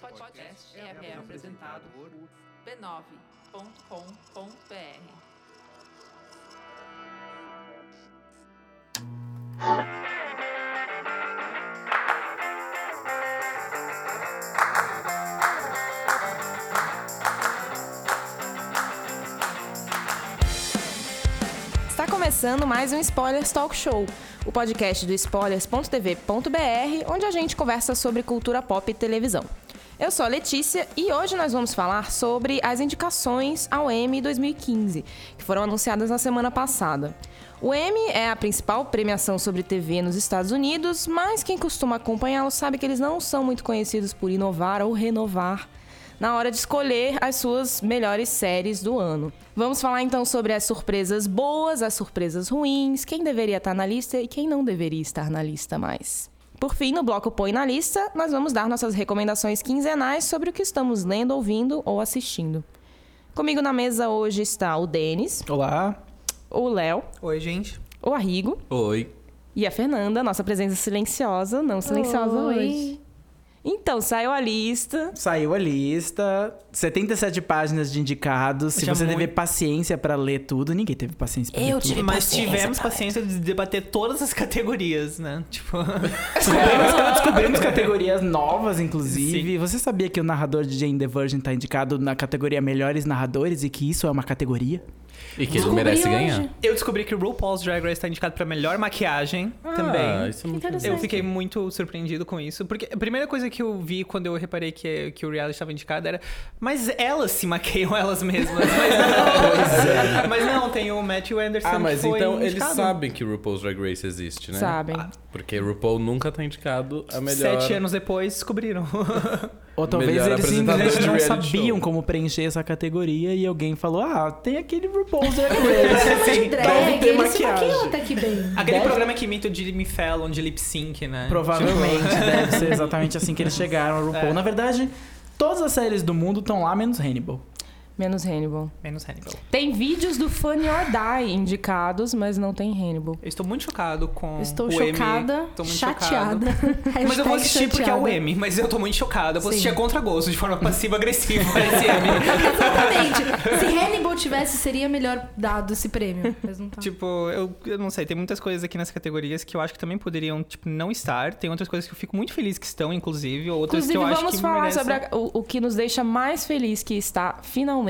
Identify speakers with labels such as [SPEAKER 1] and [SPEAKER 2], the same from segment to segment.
[SPEAKER 1] podcast é, é apresentado por b9.com.br.
[SPEAKER 2] Está começando mais um Spoilers Talk Show, o podcast do spoilers.tv.br, onde a gente conversa sobre cultura pop e televisão. Eu sou a Letícia e hoje nós vamos falar sobre as indicações ao Emmy 2015, que foram anunciadas na semana passada. O Emmy é a principal premiação sobre TV nos Estados Unidos, mas quem costuma acompanhá-lo sabe que eles não são muito conhecidos por inovar ou renovar na hora de escolher as suas melhores séries do ano. Vamos falar então sobre as surpresas boas, as surpresas ruins, quem deveria estar na lista e quem não deveria estar na lista mais. Por fim, no bloco Põe na Lista, nós vamos dar nossas recomendações quinzenais sobre o que estamos lendo, ouvindo ou assistindo. Comigo na mesa hoje está o Denis,
[SPEAKER 3] Olá.
[SPEAKER 2] o Léo,
[SPEAKER 3] Oi, gente.
[SPEAKER 2] o Arrigo
[SPEAKER 4] Oi.
[SPEAKER 2] e a Fernanda, nossa presença silenciosa, não silenciosa
[SPEAKER 5] Oi.
[SPEAKER 2] hoje. Então, saiu a lista.
[SPEAKER 3] Saiu a lista, 77 páginas de indicados. Se
[SPEAKER 6] Já
[SPEAKER 3] você
[SPEAKER 6] muito.
[SPEAKER 3] teve paciência pra ler tudo, ninguém teve paciência pra ler tudo.
[SPEAKER 6] Mas tivemos paciência de debater todas as categorias, né? Tipo,
[SPEAKER 3] Descobrimos, descobrimos categorias novas, inclusive. Você sabia que o narrador de Jane the Virgin tá indicado na categoria Melhores Narradores e que isso é uma categoria?
[SPEAKER 4] E que ele merece ganhar.
[SPEAKER 6] eu descobri que o RuPaul's Drag Race tá indicado pra melhor maquiagem também.
[SPEAKER 4] isso é muito
[SPEAKER 5] interessante.
[SPEAKER 6] Eu fiquei muito surpreendido com isso, porque a primeira coisa que eu vi quando eu reparei que, que o reality estava indicado era, mas elas se maquiam elas mesmas, mas não, mas não tem o Matthew Anderson
[SPEAKER 4] é. Ah, mas
[SPEAKER 6] que foi
[SPEAKER 4] então eles
[SPEAKER 6] indicado.
[SPEAKER 4] sabem que RuPaul's Drag Race existe, né?
[SPEAKER 2] Sabem.
[SPEAKER 4] Porque RuPaul nunca tá indicado a melhor.
[SPEAKER 6] Sete anos depois descobriram.
[SPEAKER 3] Ou talvez
[SPEAKER 4] Melhor
[SPEAKER 3] eles
[SPEAKER 4] apresentador
[SPEAKER 3] simplesmente
[SPEAKER 4] de
[SPEAKER 3] não
[SPEAKER 4] reality
[SPEAKER 3] sabiam
[SPEAKER 4] show.
[SPEAKER 3] como preencher essa categoria e alguém falou: Ah, tem aquele RuPaul's Drag Race.
[SPEAKER 5] de
[SPEAKER 2] um
[SPEAKER 5] drag,
[SPEAKER 3] ter
[SPEAKER 5] ele se
[SPEAKER 3] maquiagem.
[SPEAKER 5] maquiou até que bem.
[SPEAKER 6] Aquele programa que imita o Jimmy Fallon de lip sync, né?
[SPEAKER 3] Provavelmente deve ser exatamente assim que eles chegaram ao RuPaul.
[SPEAKER 6] É.
[SPEAKER 3] Na verdade, todas as séries do mundo estão lá, menos Hannibal.
[SPEAKER 2] Menos Hannibal.
[SPEAKER 6] Menos Hannibal.
[SPEAKER 2] Tem vídeos do Funny or Die indicados, mas não tem Hannibal.
[SPEAKER 6] Eu estou muito chocado com
[SPEAKER 5] Estou
[SPEAKER 6] É. o
[SPEAKER 5] chocada,
[SPEAKER 6] Emmy. Estou muito
[SPEAKER 5] chateada.
[SPEAKER 6] chocado. Mas eu vou
[SPEAKER 5] Hashtag
[SPEAKER 6] assistir porque é o
[SPEAKER 5] chateada.
[SPEAKER 6] M, mas eu tô muito chocada. Eu vou
[SPEAKER 5] Sim.
[SPEAKER 6] assistir a contragosto, de forma passiva-agressiva esse M.
[SPEAKER 5] Exatamente. Se Hannibal tivesse, seria melhor dado esse prêmio. Mas não tá.
[SPEAKER 6] Tipo, eu, eu não sei, tem muitas coisas aqui nas categorias que eu acho que também poderiam, tipo, não estar. Tem outras coisas que eu fico muito feliz que estão, inclusive. Outras
[SPEAKER 2] Inclusive,
[SPEAKER 6] que eu acho
[SPEAKER 2] vamos
[SPEAKER 6] que
[SPEAKER 2] falar
[SPEAKER 6] merecem.
[SPEAKER 2] sobre a- o, o que nos deixa mais feliz que está finalmente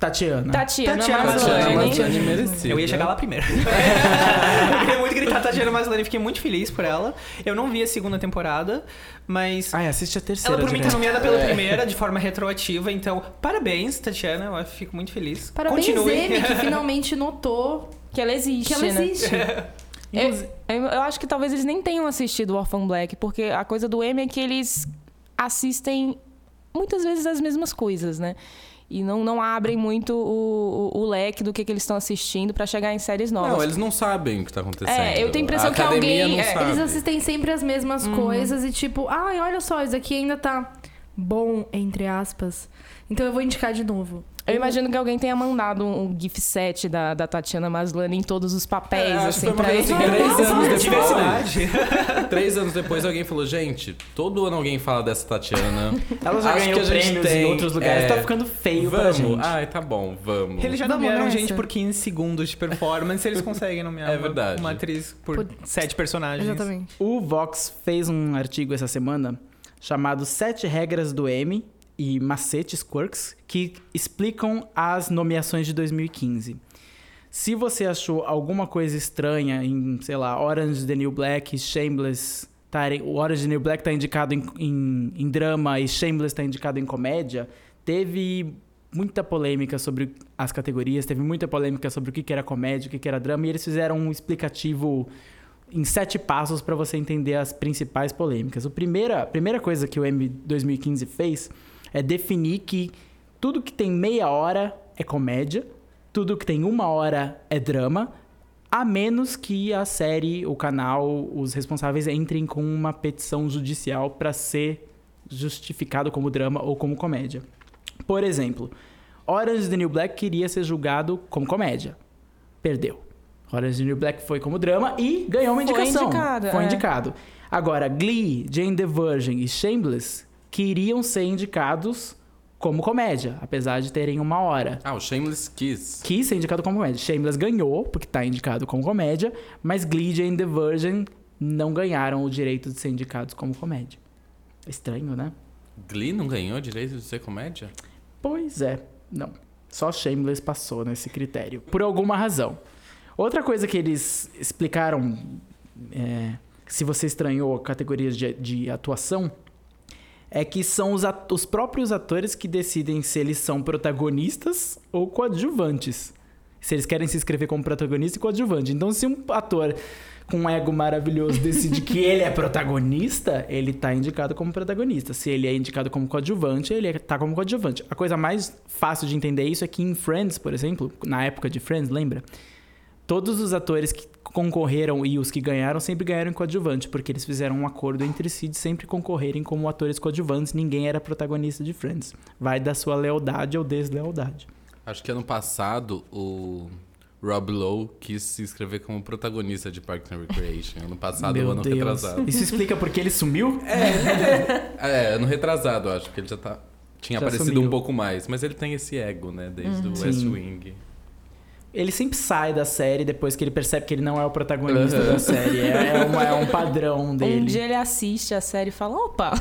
[SPEAKER 3] Tatiana.
[SPEAKER 2] Tatiana,
[SPEAKER 6] Ah. Tatiana
[SPEAKER 2] Maslany.
[SPEAKER 4] Tatiana Maslany
[SPEAKER 6] Maslany.
[SPEAKER 4] merecia.
[SPEAKER 6] Eu ia chegar lá primeiro. eu queria muito gritar Tatiana Maslany, fiquei muito feliz por ela. Eu não vi a segunda temporada, mas
[SPEAKER 3] Ai, assiste a terceira.
[SPEAKER 6] Ela, por mim, tá
[SPEAKER 3] direto.
[SPEAKER 6] nomeada
[SPEAKER 4] É.
[SPEAKER 6] pela primeira, de forma retroativa. Então, parabéns, Tatiana. Eu acho- fico muito feliz.
[SPEAKER 5] Parabéns,
[SPEAKER 6] Continue.
[SPEAKER 5] M, que finalmente notou
[SPEAKER 2] Que ela existe,
[SPEAKER 5] que ela
[SPEAKER 2] né?
[SPEAKER 5] existe.
[SPEAKER 6] É.
[SPEAKER 2] Eu, eu- eu acho que talvez eles nem tenham assistido Orphan Black, porque a coisa do M é que eles assistem muitas vezes as mesmas coisas, né? E não, não abrem muito o, o- o leque do que, que eles estão assistindo pra chegar em séries novas.
[SPEAKER 4] Não, eles não sabem o que tá acontecendo.
[SPEAKER 2] É, eu tenho a impressão que
[SPEAKER 4] academia
[SPEAKER 2] alguém-
[SPEAKER 4] Não
[SPEAKER 2] é,
[SPEAKER 4] sabe.
[SPEAKER 5] Eles assistem sempre as mesmas
[SPEAKER 6] Uhum.
[SPEAKER 5] coisas e tipo, ai, olha só, isso aqui ainda tá bom, entre aspas. Então eu vou indicar de novo.
[SPEAKER 2] Eu imagino que alguém tenha mandado um GIF set da, da Tatiana Maslany em todos os papéis,
[SPEAKER 4] É, acho que
[SPEAKER 2] assim,
[SPEAKER 4] foi uma
[SPEAKER 2] pra
[SPEAKER 4] coisa
[SPEAKER 2] ele.
[SPEAKER 4] assim, três anos depois.
[SPEAKER 6] Diversidade.
[SPEAKER 4] Três anos depois alguém falou, gente, todo ano alguém fala dessa Tatiana.
[SPEAKER 3] Ela já
[SPEAKER 4] Acho
[SPEAKER 3] ganhou
[SPEAKER 4] que a gente
[SPEAKER 3] prêmios
[SPEAKER 4] tem,
[SPEAKER 3] em outros lugares.
[SPEAKER 4] é,
[SPEAKER 3] Tá ficando feio pra
[SPEAKER 4] vamos.
[SPEAKER 3] gente.
[SPEAKER 4] Ai, tá bom, vamos.
[SPEAKER 6] Eles já
[SPEAKER 5] Vamos
[SPEAKER 6] nomearam
[SPEAKER 5] nessa.
[SPEAKER 6] gente por 15 segundos de performance. Eles conseguem nomear
[SPEAKER 4] É
[SPEAKER 6] uma-
[SPEAKER 4] verdade.
[SPEAKER 6] uma atriz por,
[SPEAKER 5] Por-
[SPEAKER 6] sete personagens.
[SPEAKER 5] Exatamente.
[SPEAKER 3] O Vox fez um artigo essa semana chamado Sete Regras do M e Macetes Quirks que explicam as nomeações de 2015. Se você achou alguma coisa estranha em, sei lá, Orange is the New Black, Shameless, tá, o Orange is the New Black tá indicado em, em- em drama e Shameless tá indicado em comédia, teve muita polêmica sobre as categorias, teve muita polêmica sobre o que que era comédia, o que que era drama, e eles fizeram um explicativo em sete passos para você entender as principais polêmicas. O primeira, a primeira coisa que o M 2015 fez é definir que tudo que tem meia hora é comédia, tudo que tem uma hora é drama, a menos que a série, o canal, os responsáveis entrem com uma petição judicial para ser justificado como drama ou como comédia. Por exemplo, Orange is the New Black queria ser julgado como comédia. Perdeu. Orange is the New Black foi como drama e ganhou
[SPEAKER 2] Foi
[SPEAKER 3] uma indicação.
[SPEAKER 2] indicado,
[SPEAKER 3] foi
[SPEAKER 2] é.
[SPEAKER 3] indicado. Agora, Glee, Jane the Virgin e Shameless que iriam ser indicados como comédia, apesar de terem uma hora.
[SPEAKER 4] Ah, o Shameless Kiss.
[SPEAKER 3] Quis ser indicado como comédia. Shameless ganhou, porque tá indicado como comédia, mas Glee e The Virgin não ganharam o direito de ser indicados como comédia. Estranho, né?
[SPEAKER 4] Glee não ganhou direito de ser comédia?
[SPEAKER 3] Pois é, não. Só Shameless passou nesse critério, por alguma razão. Outra coisa que eles explicaram, é, se você estranhou categorias de, de atuação, é que são os, at- os próprios atores que decidem se eles são protagonistas ou coadjuvantes. Se eles querem se inscrever como protagonista e coadjuvante. Então, se um ator com um ego maravilhoso decide que ele é protagonista, ele tá indicado como protagonista. Se ele é indicado como coadjuvante, ele é- tá como coadjuvante. A coisa mais fácil de entender isso é que em Friends, por exemplo, na época de Friends, lembra? Todos os atores que concorreram e os que ganharam sempre ganharam em coadjuvante, porque eles fizeram um acordo entre si de sempre concorrerem como atores coadjuvantes, ninguém era protagonista de Friends. Vai da sua lealdade ou deslealdade.
[SPEAKER 4] Acho que ano passado o Rob Lowe quis se inscrever como protagonista de Parks and Recreation. Ano passado ou ano é retrasado.
[SPEAKER 3] Isso explica porque ele sumiu?
[SPEAKER 4] É, ano retrasado, eu acho que ele já tá. Tinha
[SPEAKER 3] Já
[SPEAKER 4] aparecido
[SPEAKER 3] sumiu. Uhum.
[SPEAKER 4] um pouco mais, mas ele tem esse ego, né? Desde o
[SPEAKER 3] Sim.
[SPEAKER 4] West Wing.
[SPEAKER 3] Ele sempre sai da série depois que ele percebe que ele não é o protagonista
[SPEAKER 4] Uhum.
[SPEAKER 3] da série. É, uma- é um padrão
[SPEAKER 2] Um
[SPEAKER 3] dele.
[SPEAKER 2] dia ele assiste a série e fala: opa,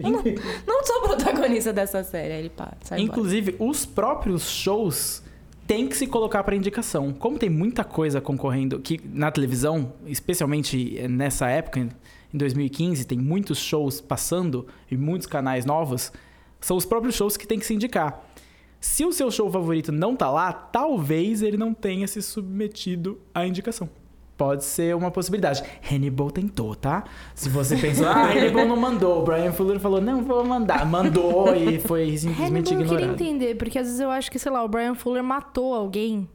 [SPEAKER 2] eu não, não sou protagonista dessa série. Aí ele para, sai embora.
[SPEAKER 3] Inclusive, os próprios shows têm que se colocar para indicação. Como tem muita coisa concorrendo que na televisão, especialmente eh, nessa época, em 2015, tem muitos shows passando e muitos canais novos, são os próprios shows que têm que se indicar. Se o seu show favorito não tá lá, talvez ele não tenha se submetido à indicação. Pode ser uma possibilidade. Hannibal tentou, tá? Se você pensou, ah, Hannibal não mandou. O Brian Fuller falou, não, vou mandar. Mandou e foi simplesmente
[SPEAKER 5] Hannibal eu É, queria
[SPEAKER 3] ignorado.
[SPEAKER 5] entender, porque às vezes eu acho que, sei lá, o Brian Fuller matou alguém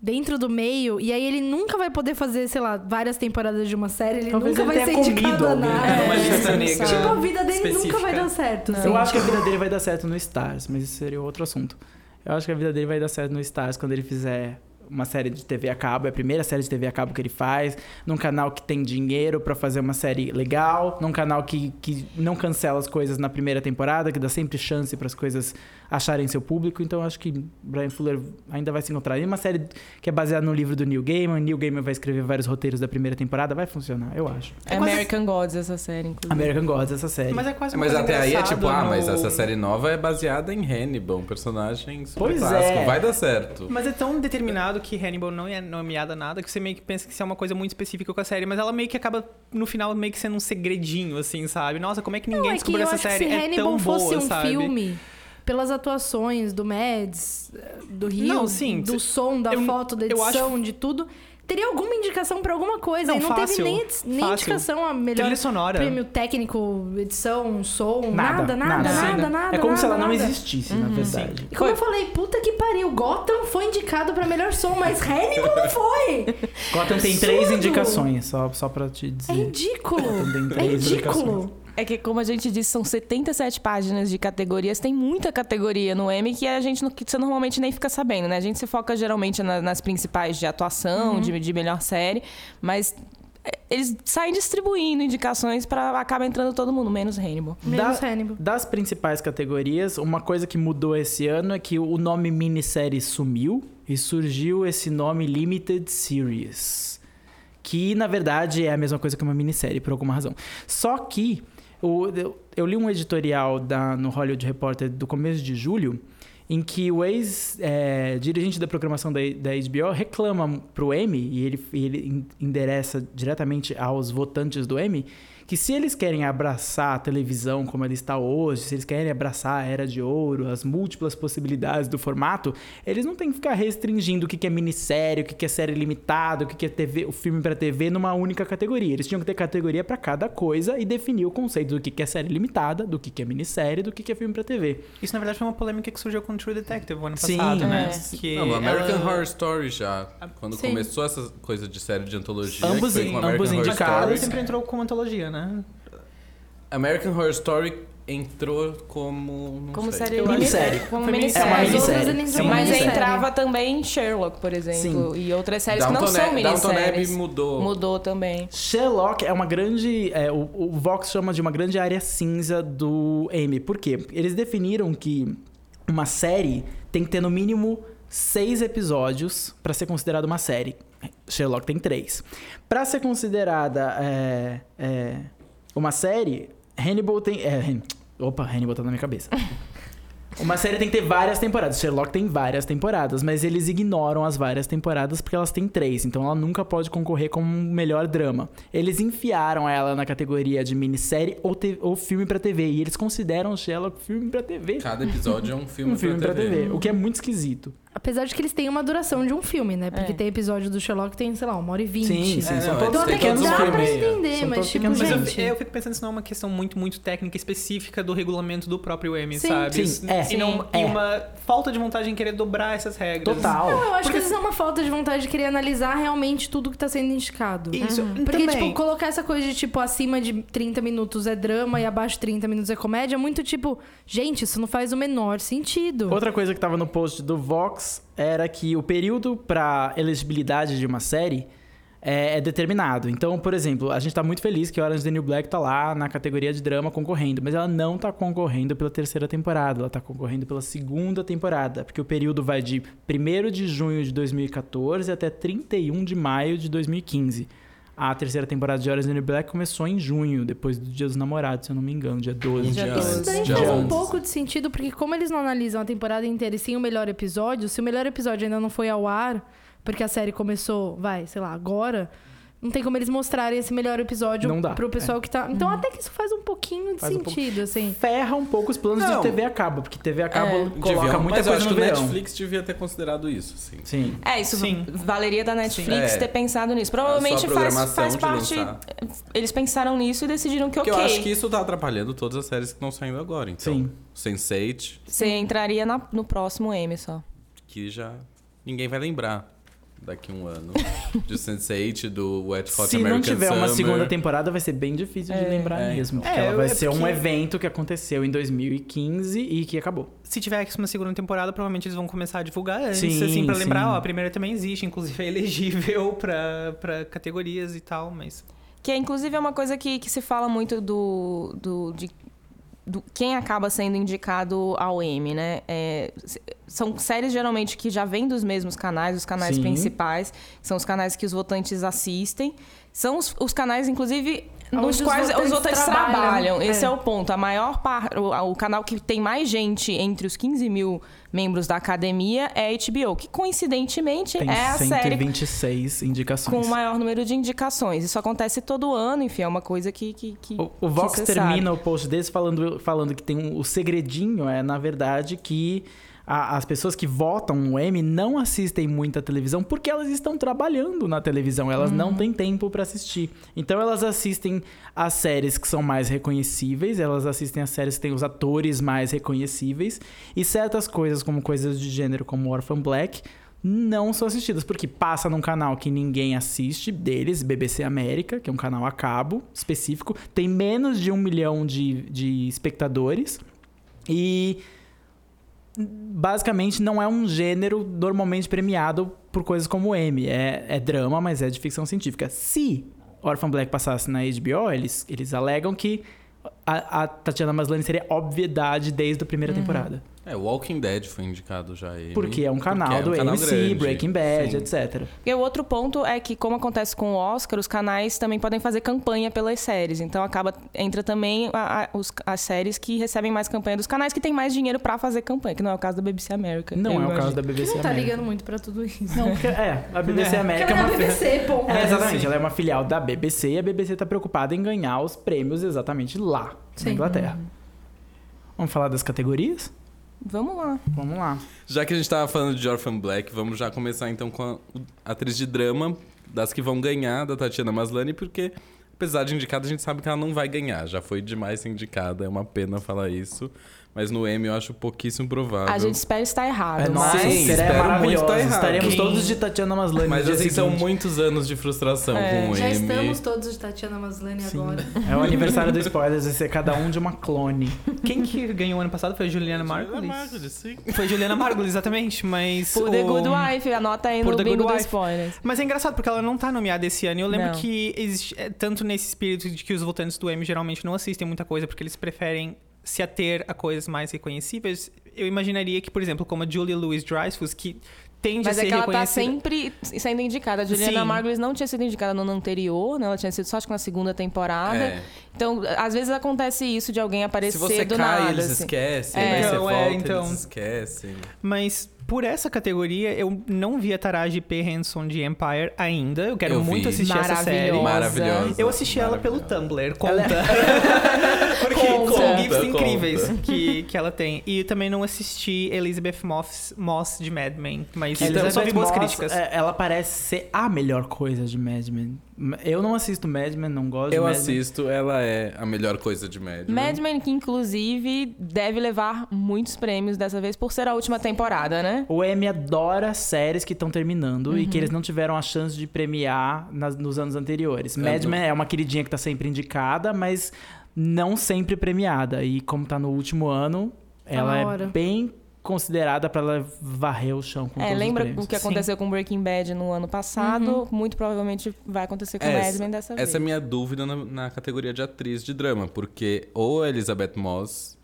[SPEAKER 5] dentro do meio, e aí ele nunca vai poder fazer, sei lá, várias temporadas de uma série, ele
[SPEAKER 3] Talvez
[SPEAKER 5] nunca
[SPEAKER 3] ele
[SPEAKER 5] vai ser
[SPEAKER 3] tenha comido
[SPEAKER 5] indicado a
[SPEAKER 3] alguém.
[SPEAKER 5] nada.
[SPEAKER 6] É uma lista
[SPEAKER 2] Sim,
[SPEAKER 6] negra.
[SPEAKER 2] sabe.
[SPEAKER 5] Tipo, a vida dele
[SPEAKER 6] Específica.
[SPEAKER 5] nunca vai dar certo.
[SPEAKER 2] Não.
[SPEAKER 5] assim.
[SPEAKER 3] Eu acho que a vida dele vai dar certo no Stars, mas isso seria outro assunto. Eu acho que a vida dele vai dar certo no Stars quando ele fizer uma série de TV a cabo, é a primeira série de TV a cabo que ele faz, num canal que tem dinheiro pra fazer uma série legal, num canal que, que não cancela as coisas na primeira temporada, que dá sempre chance pras coisas acharem seu público. Então eu acho que Brian Fuller ainda vai se encontrar. E uma série que é baseada no livro do Neil Gaiman, Neil Gaiman vai escrever vários roteiros da primeira temporada, vai funcionar, eu acho.
[SPEAKER 2] É
[SPEAKER 6] É quase-
[SPEAKER 2] American Gods essa série, inclusive.
[SPEAKER 3] American Gods essa série.
[SPEAKER 6] Mas é quase uma
[SPEAKER 4] Mas
[SPEAKER 6] coisa
[SPEAKER 4] até aí é
[SPEAKER 6] engraçada
[SPEAKER 4] tipo, ah,
[SPEAKER 6] no-
[SPEAKER 4] mas essa série nova é baseada em Hannibal, um personagem super
[SPEAKER 3] Pois
[SPEAKER 4] clássico.
[SPEAKER 3] é.
[SPEAKER 4] Vai dar certo.
[SPEAKER 6] Mas é tão determinado que Hannibal não é nomeada nada que você meio que pensa que isso é uma coisa muito específica com a série, mas ela meio que acaba, no final, meio que sendo um segredinho, assim, sabe? Nossa, como é que
[SPEAKER 5] Não,
[SPEAKER 6] ninguém
[SPEAKER 5] é que
[SPEAKER 6] descobriu
[SPEAKER 5] eu
[SPEAKER 6] essa
[SPEAKER 5] acho que
[SPEAKER 6] série?
[SPEAKER 5] se
[SPEAKER 6] é
[SPEAKER 5] Hannibal
[SPEAKER 6] tão boa,
[SPEAKER 5] fosse um
[SPEAKER 6] sabe?
[SPEAKER 5] filme, pelas atuações do Mads, do Rio,
[SPEAKER 6] Não, sim, se-
[SPEAKER 5] do som, da
[SPEAKER 6] eu-
[SPEAKER 5] foto, da
[SPEAKER 6] eu acho-
[SPEAKER 5] edição, de tudo, teria alguma indicação pra alguma coisa.
[SPEAKER 6] Não,
[SPEAKER 5] e não
[SPEAKER 6] fácil,
[SPEAKER 5] teve nem, edi- nem
[SPEAKER 6] fácil.
[SPEAKER 5] indicação a melhor
[SPEAKER 6] Trilha sonora.
[SPEAKER 5] prêmio técnico, edição, som, nada, nada, nada,
[SPEAKER 3] Sim.
[SPEAKER 5] nada, nada.
[SPEAKER 3] É como se ela não
[SPEAKER 5] nada. Uhum.
[SPEAKER 3] existisse, na verdade.
[SPEAKER 5] E como eu falei, puta que pariu, Gotham foi indicado pra melhor som, mas Hannibal não foi! É
[SPEAKER 3] Gotham tem três
[SPEAKER 5] Absurdo!
[SPEAKER 3] indicações, só, só pra te
[SPEAKER 5] É
[SPEAKER 3] dizer.
[SPEAKER 5] ridículo!
[SPEAKER 3] Também
[SPEAKER 5] É
[SPEAKER 3] três indicações.
[SPEAKER 5] ridículo!
[SPEAKER 2] É que, como a gente disse, são 77 páginas de categorias. Tem muita categoria no M que a gente não- que você normalmente nem fica sabendo, né? A gente se foca geralmente na- nas principais de atuação, de, de melhor série, mas é, eles saem distribuindo indicações para acaba entrando todo mundo, menos Hannibal.
[SPEAKER 5] Menos Hannibal.
[SPEAKER 3] Das principais categorias, uma coisa que mudou esse ano é que o nome minissérie sumiu e surgiu esse nome Limited Series. Que, na verdade, é a mesma coisa que uma minissérie, por alguma razão. Só que o- eu, eu li um editorial da- no Hollywood Reporter do começo de julho em que o ex-dirigente da programação da, da HBO reclama pro Emmy, e ele, e ele en- endereça diretamente aos votantes do Emmy, que se eles querem abraçar a televisão como ela está hoje, se eles querem abraçar a era de ouro, as múltiplas possibilidades do formato, eles não têm que ficar restringindo o que que é minissérie, o que que é série limitada, o que que é TV, o filme para TV numa única categoria. Eles tinham que ter categoria para cada coisa e definir o conceito do que que é série limitada, do que que é minissérie, do que que é filme para TV.
[SPEAKER 6] Isso, na verdade, foi uma polêmica que surgiu com True Detective o ano
[SPEAKER 3] Sim,
[SPEAKER 6] passado, né?
[SPEAKER 2] é.
[SPEAKER 6] Que
[SPEAKER 4] Não, o American
[SPEAKER 3] ah,
[SPEAKER 6] ela-
[SPEAKER 4] Horror Story já. Quando
[SPEAKER 5] Sim.
[SPEAKER 4] começou essa coisa de série de antologia.
[SPEAKER 3] Ambos
[SPEAKER 4] que foi
[SPEAKER 3] in-
[SPEAKER 4] com American
[SPEAKER 3] ambos
[SPEAKER 4] Horror
[SPEAKER 6] Mas ela
[SPEAKER 3] indicados.
[SPEAKER 4] Story.
[SPEAKER 6] sempre entrou com antologia, né?
[SPEAKER 4] American Horror Story entrou como. Não
[SPEAKER 2] Como
[SPEAKER 4] sei.
[SPEAKER 2] série
[SPEAKER 6] acho-
[SPEAKER 2] minissérie.
[SPEAKER 6] Minissérie.
[SPEAKER 2] Como
[SPEAKER 6] Foi
[SPEAKER 2] minissérie.
[SPEAKER 3] É uma
[SPEAKER 5] As outras
[SPEAKER 3] minissérie.
[SPEAKER 5] eles
[SPEAKER 3] É
[SPEAKER 5] não
[SPEAKER 3] uma
[SPEAKER 2] Mas aí
[SPEAKER 5] minissérie.
[SPEAKER 2] entrava também Sherlock, por exemplo, e outras séries que não
[SPEAKER 4] Downton
[SPEAKER 2] são
[SPEAKER 4] Abbey- Downton Abbey
[SPEAKER 2] minisséries.
[SPEAKER 4] mudou.
[SPEAKER 2] Mudou também.
[SPEAKER 3] Sherlock é uma grande. é, o, o Vox chama de uma grande área cinza do M. Por quê? Eles definiram que uma série tem que ter no mínimo seis episódios pra ser considerada uma série. Sherlock tem três. Pra ser considerada é, é, uma série, Hannibal tem. é, Han- opa, Hannibal tá na minha cabeça. Uma série tem que ter várias temporadas. Sherlock tem várias temporadas, mas eles ignoram as várias temporadas porque elas têm três, então ela nunca pode concorrer como um melhor drama. Eles enfiaram ela na categoria de minissérie ou, te- ou filme pra TV, e eles consideram Sherlock filme pra TV.
[SPEAKER 4] Cada episódio é um filme,
[SPEAKER 3] um filme pra, TV.
[SPEAKER 4] TV.
[SPEAKER 3] o que é muito esquisito.
[SPEAKER 5] Apesar de que eles têm uma duração de um filme, né? Porque
[SPEAKER 2] É.
[SPEAKER 5] tem episódio do Sherlock que tem, sei lá, uma hora e vinte.
[SPEAKER 3] Sim, sim,
[SPEAKER 4] É,
[SPEAKER 3] são
[SPEAKER 4] não,
[SPEAKER 3] todos
[SPEAKER 5] Então até que
[SPEAKER 3] pequenos
[SPEAKER 5] dá
[SPEAKER 4] uma hora e
[SPEAKER 5] pra
[SPEAKER 4] meia.
[SPEAKER 5] entender,
[SPEAKER 3] São
[SPEAKER 5] mas
[SPEAKER 3] todos
[SPEAKER 5] tipo,
[SPEAKER 3] pequenos
[SPEAKER 6] Mas eu,
[SPEAKER 5] gente...
[SPEAKER 3] filmes.
[SPEAKER 6] eu fico pensando se não é uma questão muito, muito técnica específica do regulamento do próprio M,
[SPEAKER 5] Sim.
[SPEAKER 6] sabe?
[SPEAKER 3] Sim, é.
[SPEAKER 6] E, não-
[SPEAKER 3] Sim,
[SPEAKER 6] e
[SPEAKER 3] é.
[SPEAKER 6] uma falta de vontade em querer dobrar essas regras.
[SPEAKER 3] Total.
[SPEAKER 5] Eu acho
[SPEAKER 6] Porque-
[SPEAKER 5] que isso é uma falta de vontade de querer analisar realmente tudo que tá sendo indicado.
[SPEAKER 6] Isso.
[SPEAKER 5] Porque,
[SPEAKER 6] também.
[SPEAKER 5] tipo, colocar essa coisa de, tipo, acima de 30 minutos é drama e abaixo de 30 minutos é comédia, é muito tipo, gente, isso não faz o menor sentido.
[SPEAKER 3] Outra coisa que tava no post do Vox era que o período pra elegibilidade de uma série é, é determinado. Então, por exemplo, a gente tá muito feliz que Orange is the New Black tá lá na categoria de drama concorrendo, mas ela não tá concorrendo pela terceira temporada, ela tá concorrendo pela segunda temporada, porque o período vai de 1 de junho de 2014 até 31 de maio de 2015. A terceira temporada de Orange is the New Black começou em junho, depois do Dia dos Namorados, se eu não me engano, dia 12.
[SPEAKER 2] Dia
[SPEAKER 4] Dia
[SPEAKER 2] doze.
[SPEAKER 4] antes,
[SPEAKER 5] Isso daí
[SPEAKER 4] dia
[SPEAKER 5] faz um
[SPEAKER 4] antes.
[SPEAKER 5] pouco de sentido, porque como eles não analisam a temporada inteira e sim o melhor episódio, se o melhor episódio ainda não foi ao ar, porque a série começou, vai, sei lá, agora, não tem como eles mostrarem esse melhor episódio
[SPEAKER 3] Não dá, é.
[SPEAKER 5] pro pessoal que tá. Então até que isso faz um pouquinho de
[SPEAKER 3] Faz um pouco.
[SPEAKER 5] sentido, assim.
[SPEAKER 3] ferra um pouco os planos
[SPEAKER 4] Não.
[SPEAKER 3] de TV a cabo, porque TV a cabo
[SPEAKER 2] É.
[SPEAKER 3] coloca
[SPEAKER 4] Deviam,
[SPEAKER 3] muita
[SPEAKER 4] um, mas
[SPEAKER 3] coisa
[SPEAKER 4] eu acho
[SPEAKER 3] no
[SPEAKER 4] que o
[SPEAKER 3] verão.
[SPEAKER 4] Netflix devia ter considerado isso, sim.
[SPEAKER 3] Sim.
[SPEAKER 2] É, isso
[SPEAKER 6] Sim.
[SPEAKER 2] valeria da Netflix
[SPEAKER 4] É.
[SPEAKER 2] ter pensado nisso.
[SPEAKER 4] A
[SPEAKER 2] Provavelmente
[SPEAKER 4] sua
[SPEAKER 2] faz,
[SPEAKER 4] programação
[SPEAKER 2] faz
[SPEAKER 4] de
[SPEAKER 2] parte.
[SPEAKER 4] lançar.
[SPEAKER 2] Eles pensaram nisso e decidiram que
[SPEAKER 4] Porque
[SPEAKER 2] ok.
[SPEAKER 4] eu acho que isso tá atrapalhando todas as séries que estão saindo agora, então.
[SPEAKER 3] Sim.
[SPEAKER 4] Sense8,
[SPEAKER 2] Você entraria na- no próximo M só.
[SPEAKER 4] que já ninguém vai lembrar daqui um ano. de Sense8, do Wet Hot
[SPEAKER 3] Se
[SPEAKER 4] American
[SPEAKER 3] não tiver uma
[SPEAKER 4] Summer.
[SPEAKER 3] segunda temporada, vai ser bem difícil de
[SPEAKER 2] É.
[SPEAKER 3] lembrar
[SPEAKER 4] É.
[SPEAKER 3] mesmo. Porque
[SPEAKER 6] É,
[SPEAKER 3] ela vai
[SPEAKER 6] é
[SPEAKER 3] ser um
[SPEAKER 6] porque-
[SPEAKER 3] evento que aconteceu em 2015 e que acabou.
[SPEAKER 6] Se tiver uma segunda temporada, provavelmente eles vão começar a divulgar antes,
[SPEAKER 3] Sim,
[SPEAKER 6] assim, pra
[SPEAKER 3] sim.
[SPEAKER 6] lembrar, ó, a primeira também existe, inclusive é elegível pra, pra categorias e tal, mas...
[SPEAKER 2] Que inclusive é uma coisa que, que se fala muito do, do, de, do quem acaba sendo indicado ao M, né? É, s- são séries geralmente que já vêm dos mesmos canais, os canais
[SPEAKER 3] Sim.
[SPEAKER 2] principais, que são os canais que os votantes assistem. São os, os canais, incluve,
[SPEAKER 5] É Onde
[SPEAKER 2] nos
[SPEAKER 5] os
[SPEAKER 2] quais os
[SPEAKER 5] votantes
[SPEAKER 2] votantes trabalham.
[SPEAKER 5] trabalham.
[SPEAKER 2] Esse
[SPEAKER 5] É.
[SPEAKER 2] é o ponto. A maior par, o, o canal que tem mais gente entre os 15 mil membros da academia é a HBO, que coincidentemente
[SPEAKER 3] Tem
[SPEAKER 2] é a série
[SPEAKER 3] 126
[SPEAKER 2] com
[SPEAKER 3] indicações.
[SPEAKER 2] o maior número de indicações. Isso acontece todo ano, enfim, é uma coisa que. que, que
[SPEAKER 3] O, o Vox
[SPEAKER 2] que você
[SPEAKER 3] termina
[SPEAKER 2] sabe.
[SPEAKER 3] o post desse falando, falando que tem um, o segredinho é, na verdade, que a- as pessoas que votam o M não assistem muita televisão porque elas estão trabalhando na televisão, elas
[SPEAKER 2] Uhum.
[SPEAKER 3] não têm tempo pra assistir. Então elas assistem as séries que são mais reconhecíveis, elas assistem as séries que têm os atores mais reconhecíveis e certas coisas, como coisas de gênero como Orphan Black, não são assistidas, porque passa num canal que ninguém assiste deles, BBC América, que é um canal a cabo específico, tem menos de um milhão de, de espectadores e basicamente não é um gênero normalmente premiado por coisas como M. É, é drama, mas é de ficção científica. Se Orphan Black passasse na HBO, eles, eles alegam que a, a Tatiana Maslany seria obviedade desde a primeira temporada.
[SPEAKER 4] É, Walking Dead foi indicado já. aí.
[SPEAKER 3] Porque é um canal
[SPEAKER 4] Porque é um
[SPEAKER 3] do
[SPEAKER 4] canal
[SPEAKER 3] AMC,
[SPEAKER 4] grande.
[SPEAKER 3] Breaking Bad,
[SPEAKER 4] Sim.
[SPEAKER 3] etc.
[SPEAKER 2] E o outro ponto é que, como acontece com o Oscar, os canais também podem fazer campanha pelas séries. Então acaba entra também a- a- os- as séries que recebem mais campanha dos canais que têm mais dinheiro pra fazer campanha, que não é o caso da BBC América.
[SPEAKER 3] Não
[SPEAKER 2] eu
[SPEAKER 3] é o caso
[SPEAKER 2] imagino.
[SPEAKER 3] da
[SPEAKER 5] Que
[SPEAKER 3] BBC
[SPEAKER 5] não tá
[SPEAKER 3] América.
[SPEAKER 5] ligando muito pra tudo isso.
[SPEAKER 3] Não, porque, é, a BBC
[SPEAKER 6] É.
[SPEAKER 3] América é
[SPEAKER 5] Ela
[SPEAKER 3] uma...
[SPEAKER 5] é BBC, pô.
[SPEAKER 3] É, exatamente, ela é uma filial da BBC e a BBC tá preocupada em ganhar os prêmios exatamente lá, na
[SPEAKER 5] Sim.
[SPEAKER 4] Uhum.
[SPEAKER 3] Inglaterra. Vamos falar das categorias?
[SPEAKER 2] Vamos lá.
[SPEAKER 3] Vamos lá.
[SPEAKER 4] Já que a gente tava falando de Orphan Black, vamos já começar então com a atriz de drama das que vão ganhar, da Tatiana Maslany, porque apesar de indicada, a gente sabe que ela não vai ganhar. Já foi demais ser indicada, é uma pena falar isso. Mas no M eu acho pouquíssimo provável.
[SPEAKER 2] A gente espera estar errado.
[SPEAKER 3] É,
[SPEAKER 2] mas...
[SPEAKER 3] nossa,
[SPEAKER 4] Mas-
[SPEAKER 3] seria
[SPEAKER 4] espero muito
[SPEAKER 3] maravilhoso.
[SPEAKER 4] tá errado.
[SPEAKER 3] Estaremos
[SPEAKER 4] Quem-
[SPEAKER 3] todos de Tatiana Maslany.
[SPEAKER 4] Mas
[SPEAKER 3] no dia
[SPEAKER 4] assim, são
[SPEAKER 3] seguinte.
[SPEAKER 4] muitos anos de frustração
[SPEAKER 2] É,
[SPEAKER 4] com o
[SPEAKER 5] Já
[SPEAKER 4] M.
[SPEAKER 5] estamos todos de Tatiana Maslany
[SPEAKER 3] Sim.
[SPEAKER 5] agora.
[SPEAKER 3] É o aniversário do spoilers, vai ser cada um de uma clone.
[SPEAKER 6] Quem que ganhou ano passado foi é a Juliana Margulis.
[SPEAKER 4] Margulis, sim.
[SPEAKER 6] Foi Juliana Margulis, exatamente, mas.
[SPEAKER 2] Por The
[SPEAKER 6] o-
[SPEAKER 2] Good Wife, anota aí
[SPEAKER 6] Por
[SPEAKER 2] no
[SPEAKER 6] The
[SPEAKER 2] bingo
[SPEAKER 6] Good
[SPEAKER 2] do
[SPEAKER 6] Wife.
[SPEAKER 2] spoilers.
[SPEAKER 6] Mas é engraçado, porque ela não tá nomeada esse ano. E eu lembro
[SPEAKER 2] Não.
[SPEAKER 6] que existe, é, tanto nesse espírito de que os votantes do Emmy geralmente não assistem muita coisa, porque eles preferem se ater a coisas mais reconhecíveis. Eu imaginaria que, por exemplo, como a Julie Louis Dreyfus, que tende
[SPEAKER 2] Mas
[SPEAKER 6] a
[SPEAKER 2] é
[SPEAKER 6] ser
[SPEAKER 2] que ela tá
[SPEAKER 6] reconhecida.
[SPEAKER 2] sempre sendo indicada. A Juliana
[SPEAKER 6] Sim.
[SPEAKER 2] Margulis não tinha sido indicada no ano anterior, né? Ela tinha sido só acho que na segunda temporada.
[SPEAKER 4] É.
[SPEAKER 2] Então, às vezes acontece isso de alguém aparecer
[SPEAKER 4] Se você
[SPEAKER 2] do
[SPEAKER 4] cai,
[SPEAKER 2] nada.
[SPEAKER 4] eles
[SPEAKER 2] assim.
[SPEAKER 4] esquecem.
[SPEAKER 2] É.
[SPEAKER 4] Aí você
[SPEAKER 6] Então,
[SPEAKER 4] volta,
[SPEAKER 6] é, então.
[SPEAKER 4] eles esquecem.
[SPEAKER 6] Mas por essa categoria, eu não vi a Taraji P. Henson de Empire ainda. Eu quero
[SPEAKER 4] Eu
[SPEAKER 6] muito
[SPEAKER 4] vi.
[SPEAKER 6] assistir essa série.
[SPEAKER 2] Maravilhosa.
[SPEAKER 4] Maravilhosa.
[SPEAKER 6] Eu assisti ela pelo
[SPEAKER 4] Maravilhosa.
[SPEAKER 6] Tumblr, conta.
[SPEAKER 3] é-
[SPEAKER 6] Porque
[SPEAKER 2] Conta.
[SPEAKER 6] são gifs
[SPEAKER 4] Conta,
[SPEAKER 6] incríveis
[SPEAKER 4] conta.
[SPEAKER 6] que, que ela tem. E eu também não assisti Elizabeth Moss, Moss de Mad Men, mas eu
[SPEAKER 3] Elizabeth
[SPEAKER 6] só vi boas
[SPEAKER 3] Moss,
[SPEAKER 6] críticas.
[SPEAKER 3] é, Ela parece ser a melhor coisa de Mad Men. Eu não assisto Mad Men, não gosto de
[SPEAKER 4] Eu
[SPEAKER 6] né?
[SPEAKER 3] Mad Men.
[SPEAKER 4] assisto, ela é a melhor coisa de Mad Men.
[SPEAKER 2] Mad Men, que inclusive deve levar muitos prêmios dessa vez por ser a última temporada, né?
[SPEAKER 3] O Emmy adora séries que estão terminando e que eles não tiveram a chance de premiar nas- nos anos anteriores. Mad
[SPEAKER 4] não-
[SPEAKER 3] Men é uma queridinha que tá sempre indicada, mas não sempre premiada. E como tá no último ano,
[SPEAKER 5] na
[SPEAKER 3] ela é
[SPEAKER 5] hora.
[SPEAKER 3] bem considerada pra ela varrer o chão com
[SPEAKER 2] É,
[SPEAKER 3] todos os
[SPEAKER 2] lembra
[SPEAKER 3] prêmios.
[SPEAKER 2] o que aconteceu com Breaking Bad no ano passado?
[SPEAKER 3] Uhum.
[SPEAKER 2] Muito provavelmente vai acontecer com
[SPEAKER 4] Essa-
[SPEAKER 2] Mad Men dessa vez.
[SPEAKER 4] Essa é a minha dúvida na, na categoria de atriz de drama, porque ou a Elizabeth Moss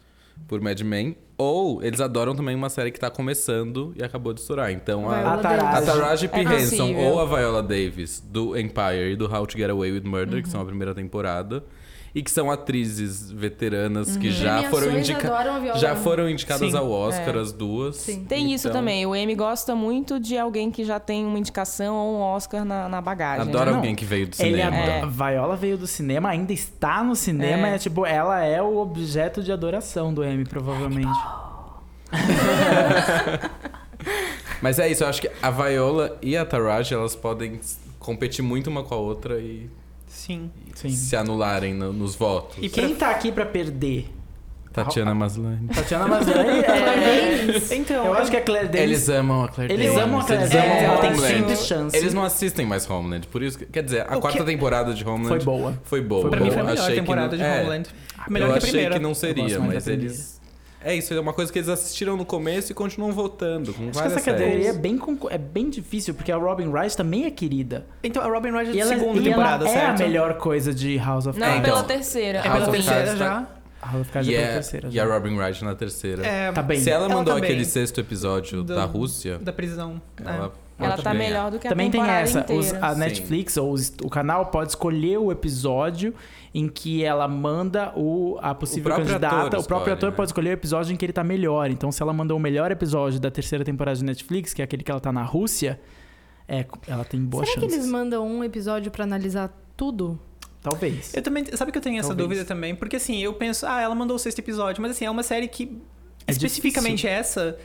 [SPEAKER 4] por Mad Men, ou eles adoram também uma série que tá começando e acabou de estourar. Então a,
[SPEAKER 5] Viola
[SPEAKER 3] A Taraji.
[SPEAKER 4] a
[SPEAKER 5] Davis.
[SPEAKER 4] Taraji P.
[SPEAKER 2] É
[SPEAKER 4] Henson
[SPEAKER 2] possível.
[SPEAKER 4] ou a Viola Davis do Empire e do How to Get Away with Murder,
[SPEAKER 5] Uhum.
[SPEAKER 4] que são a primeira temporada. E que são atrizes veteranas que já
[SPEAKER 5] Uhum. Premiações
[SPEAKER 4] foram, indica-
[SPEAKER 5] adoram a Viola. É.
[SPEAKER 4] já foram indicadas
[SPEAKER 6] Sim.
[SPEAKER 4] ao Oscar, as duas.
[SPEAKER 5] Sim.
[SPEAKER 2] Tem isso
[SPEAKER 4] Então,
[SPEAKER 2] também. O Emmy gosta muito de alguém que já tem uma indicação ou um Oscar na, na bagagem.
[SPEAKER 4] Adoro
[SPEAKER 2] né?
[SPEAKER 4] alguém que veio do
[SPEAKER 3] Ele
[SPEAKER 4] cinema. É.
[SPEAKER 3] adora- Viola veio do cinema, ainda está no cinema, é. tipo, ela é o objeto de adoração do Emmy, provavelmente.
[SPEAKER 4] Mas é isso, eu acho que a Viola e a Taraji, elas podem s- competir muito uma com a outra e
[SPEAKER 6] Sim.
[SPEAKER 3] Sim.
[SPEAKER 4] se anularem no- nos votos.
[SPEAKER 3] E quem tá aqui pra perder?
[SPEAKER 4] Tatiana Maslany.
[SPEAKER 3] Tatiana Maslany é...
[SPEAKER 6] Então,
[SPEAKER 3] Eu acho que a Claire Danes
[SPEAKER 4] Eles amam a Claire
[SPEAKER 3] Eles
[SPEAKER 4] Danes.
[SPEAKER 3] amam a Claire
[SPEAKER 4] Eles
[SPEAKER 3] Danes,
[SPEAKER 4] amam
[SPEAKER 3] ela tem
[SPEAKER 4] Homeland.
[SPEAKER 3] sempre chance.
[SPEAKER 4] Eles não assistem mais Homeland, por isso... que- Quer dizer, a
[SPEAKER 6] O
[SPEAKER 4] quarta
[SPEAKER 6] que-
[SPEAKER 4] temporada de Homeland...
[SPEAKER 3] Foi boa.
[SPEAKER 4] Foi boa.
[SPEAKER 6] pra mim foi a
[SPEAKER 4] Eu
[SPEAKER 6] melhor
[SPEAKER 4] achei que
[SPEAKER 6] temporada
[SPEAKER 4] não-
[SPEAKER 6] de
[SPEAKER 4] é,
[SPEAKER 6] Homeland. Melhor
[SPEAKER 4] eu
[SPEAKER 6] que a
[SPEAKER 4] achei
[SPEAKER 6] primeira.
[SPEAKER 4] que
[SPEAKER 3] Eu
[SPEAKER 4] não
[SPEAKER 3] gosto
[SPEAKER 4] seria,
[SPEAKER 3] mais
[SPEAKER 4] mas
[SPEAKER 3] da primeira.
[SPEAKER 4] eles... É isso, é uma coisa que eles assistiram no começo e continuam votando com
[SPEAKER 3] Acho que
[SPEAKER 4] várias
[SPEAKER 3] essa categoria é
[SPEAKER 4] séries.
[SPEAKER 3] bem, concu- é bem difícil, porque a Robin Wright também é querida.
[SPEAKER 6] Então, a Robin Wright é
[SPEAKER 3] E
[SPEAKER 6] da
[SPEAKER 3] ela,
[SPEAKER 6] segunda
[SPEAKER 3] e
[SPEAKER 6] temporada,
[SPEAKER 3] ela é
[SPEAKER 6] certo?
[SPEAKER 3] a melhor coisa de House of
[SPEAKER 2] Não,
[SPEAKER 4] É,
[SPEAKER 3] Cards.
[SPEAKER 2] pela
[SPEAKER 4] então.
[SPEAKER 2] terceira.
[SPEAKER 6] É pela
[SPEAKER 4] House of
[SPEAKER 6] terceira
[SPEAKER 4] Cards tá-
[SPEAKER 6] já?
[SPEAKER 3] House of Cards
[SPEAKER 4] E,
[SPEAKER 3] é pela
[SPEAKER 4] é-
[SPEAKER 3] terceira.
[SPEAKER 4] e a
[SPEAKER 3] já.
[SPEAKER 4] Robin Wright na terceira.
[SPEAKER 6] É,
[SPEAKER 3] Tá bem.
[SPEAKER 4] Se ela
[SPEAKER 6] Ela
[SPEAKER 4] mandou
[SPEAKER 6] tá bem.
[SPEAKER 4] aquele sexto episódio
[SPEAKER 6] Do-
[SPEAKER 4] da Rússia,
[SPEAKER 6] Da prisão.
[SPEAKER 4] É.
[SPEAKER 6] É.
[SPEAKER 4] ela,
[SPEAKER 2] Ela
[SPEAKER 4] pode
[SPEAKER 2] tá
[SPEAKER 4] ganhar.
[SPEAKER 2] melhor do que a
[SPEAKER 3] Também tem
[SPEAKER 2] temporada
[SPEAKER 3] essa. os-
[SPEAKER 2] inteira.
[SPEAKER 3] a
[SPEAKER 4] Sim.
[SPEAKER 3] Netflix ou os- o canal pode escolher o episódio em que ela manda o, a possível
[SPEAKER 4] próprio
[SPEAKER 3] candidata.
[SPEAKER 4] ator
[SPEAKER 3] o próprio
[SPEAKER 4] escolhe,
[SPEAKER 3] ator
[SPEAKER 4] né?
[SPEAKER 3] pode escolher o episódio em que ele tá melhor. Então, se ela mandou o melhor episódio da terceira temporada de Netflix, que é aquele que ela tá na Rússia, é, ela tem boas
[SPEAKER 5] Será que
[SPEAKER 3] chances.
[SPEAKER 5] eles mandam um episódio pra analisar tudo?
[SPEAKER 3] Talvez. É
[SPEAKER 6] Eu também, sabe que eu tenho essa
[SPEAKER 3] Talvez.
[SPEAKER 6] dúvida também? Porque assim, eu penso, ah, ela mandou o sexto episódio, mas assim, é uma série que
[SPEAKER 3] É
[SPEAKER 6] especificamente essa,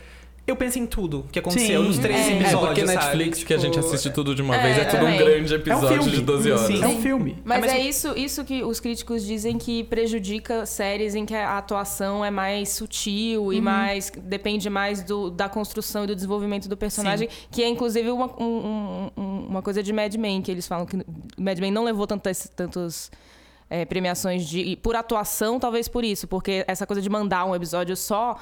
[SPEAKER 6] eu penso em tudo que aconteceu
[SPEAKER 3] Sim.
[SPEAKER 6] nos três
[SPEAKER 2] É.
[SPEAKER 4] É
[SPEAKER 6] episódios,
[SPEAKER 4] porque
[SPEAKER 6] sabe?
[SPEAKER 4] Netflix, que a
[SPEAKER 6] Tipo,
[SPEAKER 4] gente assiste tudo de uma
[SPEAKER 2] É,
[SPEAKER 4] vez, é tudo um
[SPEAKER 2] também.
[SPEAKER 4] grande
[SPEAKER 3] É um
[SPEAKER 4] episódio
[SPEAKER 3] filme.
[SPEAKER 4] de 12 horas.
[SPEAKER 6] Sim.
[SPEAKER 3] É um filme.
[SPEAKER 2] Mas
[SPEAKER 6] É, mas-
[SPEAKER 2] é isso, isso que os críticos dizem que prejudica séries em que a atuação é mais sutil e mais depende mais do- da construção e do desenvolvimento do personagem, que é inclusive uma, um- um- um- uma coisa de Mad Men, que eles falam que Mad Men não levou tantas, tantos é, premiações de e por atuação, talvez por isso, porque essa coisa de mandar um episódio só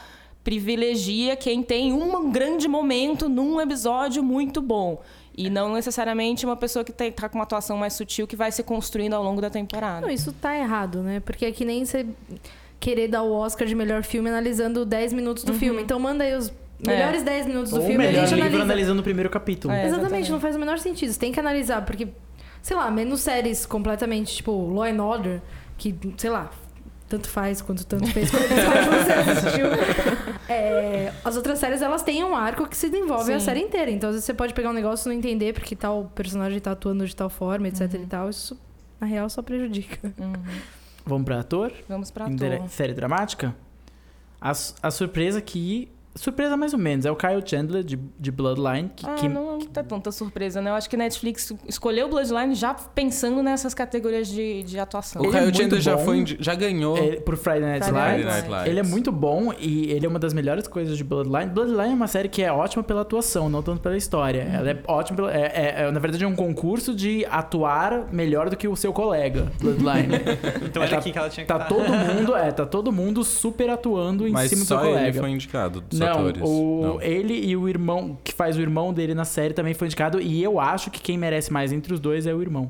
[SPEAKER 2] privilegia quem tem um grande momento num episódio muito bom. E não necessariamente uma pessoa que tem- tá com uma atuação mais sutil que vai se construindo ao longo da temporada.
[SPEAKER 5] Não, isso tá errado, né? Porque é que nem você querer dar o Oscar de melhor filme analisando 10 minutos do filme. Então manda aí os melhores 10 minutos
[SPEAKER 3] Ou
[SPEAKER 5] do filme e a
[SPEAKER 3] melhor
[SPEAKER 5] gente
[SPEAKER 3] livro
[SPEAKER 5] analisa.
[SPEAKER 3] analisando o primeiro capítulo.
[SPEAKER 2] É.
[SPEAKER 5] Exatamente,
[SPEAKER 2] exatamente.
[SPEAKER 5] não faz o menor sentido. Você tem que analisar, porque, sei lá, menos séries completamente, tipo, Law and Order, que, sei lá, tanto faz quanto tanto fez quanto você assistiu. É, as outras séries, elas têm um arco que se desenvolve a
[SPEAKER 2] Sim.
[SPEAKER 5] série inteira. Então, às vezes você pode pegar um negócio e não entender porque tal personagem tá atuando de tal forma, etc e tal. Isso, na real, só prejudica.
[SPEAKER 3] Vamos pra ator?
[SPEAKER 2] Uhum. Vamos pra
[SPEAKER 3] Em dra-
[SPEAKER 2] ator.
[SPEAKER 3] Série dramática? A, su- a surpresa que. Surpresa mais ou menos. É o Kyle Chandler de, de Bloodline, que,
[SPEAKER 2] Ah,
[SPEAKER 3] que,
[SPEAKER 2] não-
[SPEAKER 3] que
[SPEAKER 2] é tanta surpresa, né? Eu acho que Netflix escolheu Bloodline já pensando nessas categorias de, de atuação.
[SPEAKER 4] O
[SPEAKER 3] Ele é
[SPEAKER 4] Caio
[SPEAKER 3] muito
[SPEAKER 4] Tinder já,
[SPEAKER 3] bom.
[SPEAKER 4] foi, indi- já ganhou.
[SPEAKER 3] É, pro Friday Night
[SPEAKER 2] Friday Night
[SPEAKER 3] Lights.
[SPEAKER 2] Lights.
[SPEAKER 4] Lights.
[SPEAKER 3] Ele é muito bom e ele é uma das melhores coisas de Bloodline. Bloodline é uma série que é ótima pela atuação, não tanto pela história.
[SPEAKER 2] Uhum.
[SPEAKER 3] Ela é ótima pela, é- é- é, na verdade, é um concurso de atuar melhor do que o seu colega, Bloodline.
[SPEAKER 6] Então
[SPEAKER 3] É,
[SPEAKER 6] era
[SPEAKER 3] tá-
[SPEAKER 6] aqui que ela tinha que
[SPEAKER 3] tá
[SPEAKER 6] estar.
[SPEAKER 3] todo mundo, é, tá todo mundo super atuando em
[SPEAKER 4] Mas
[SPEAKER 3] cima do seu
[SPEAKER 4] só ele
[SPEAKER 3] colega.
[SPEAKER 4] foi indicado dos
[SPEAKER 3] Não,
[SPEAKER 4] atores.
[SPEAKER 3] o-
[SPEAKER 4] Não.
[SPEAKER 3] ele e o irmão, que faz o irmão dele na série, também foi indicado. E eu acho que quem merece mais entre os dois é o irmão.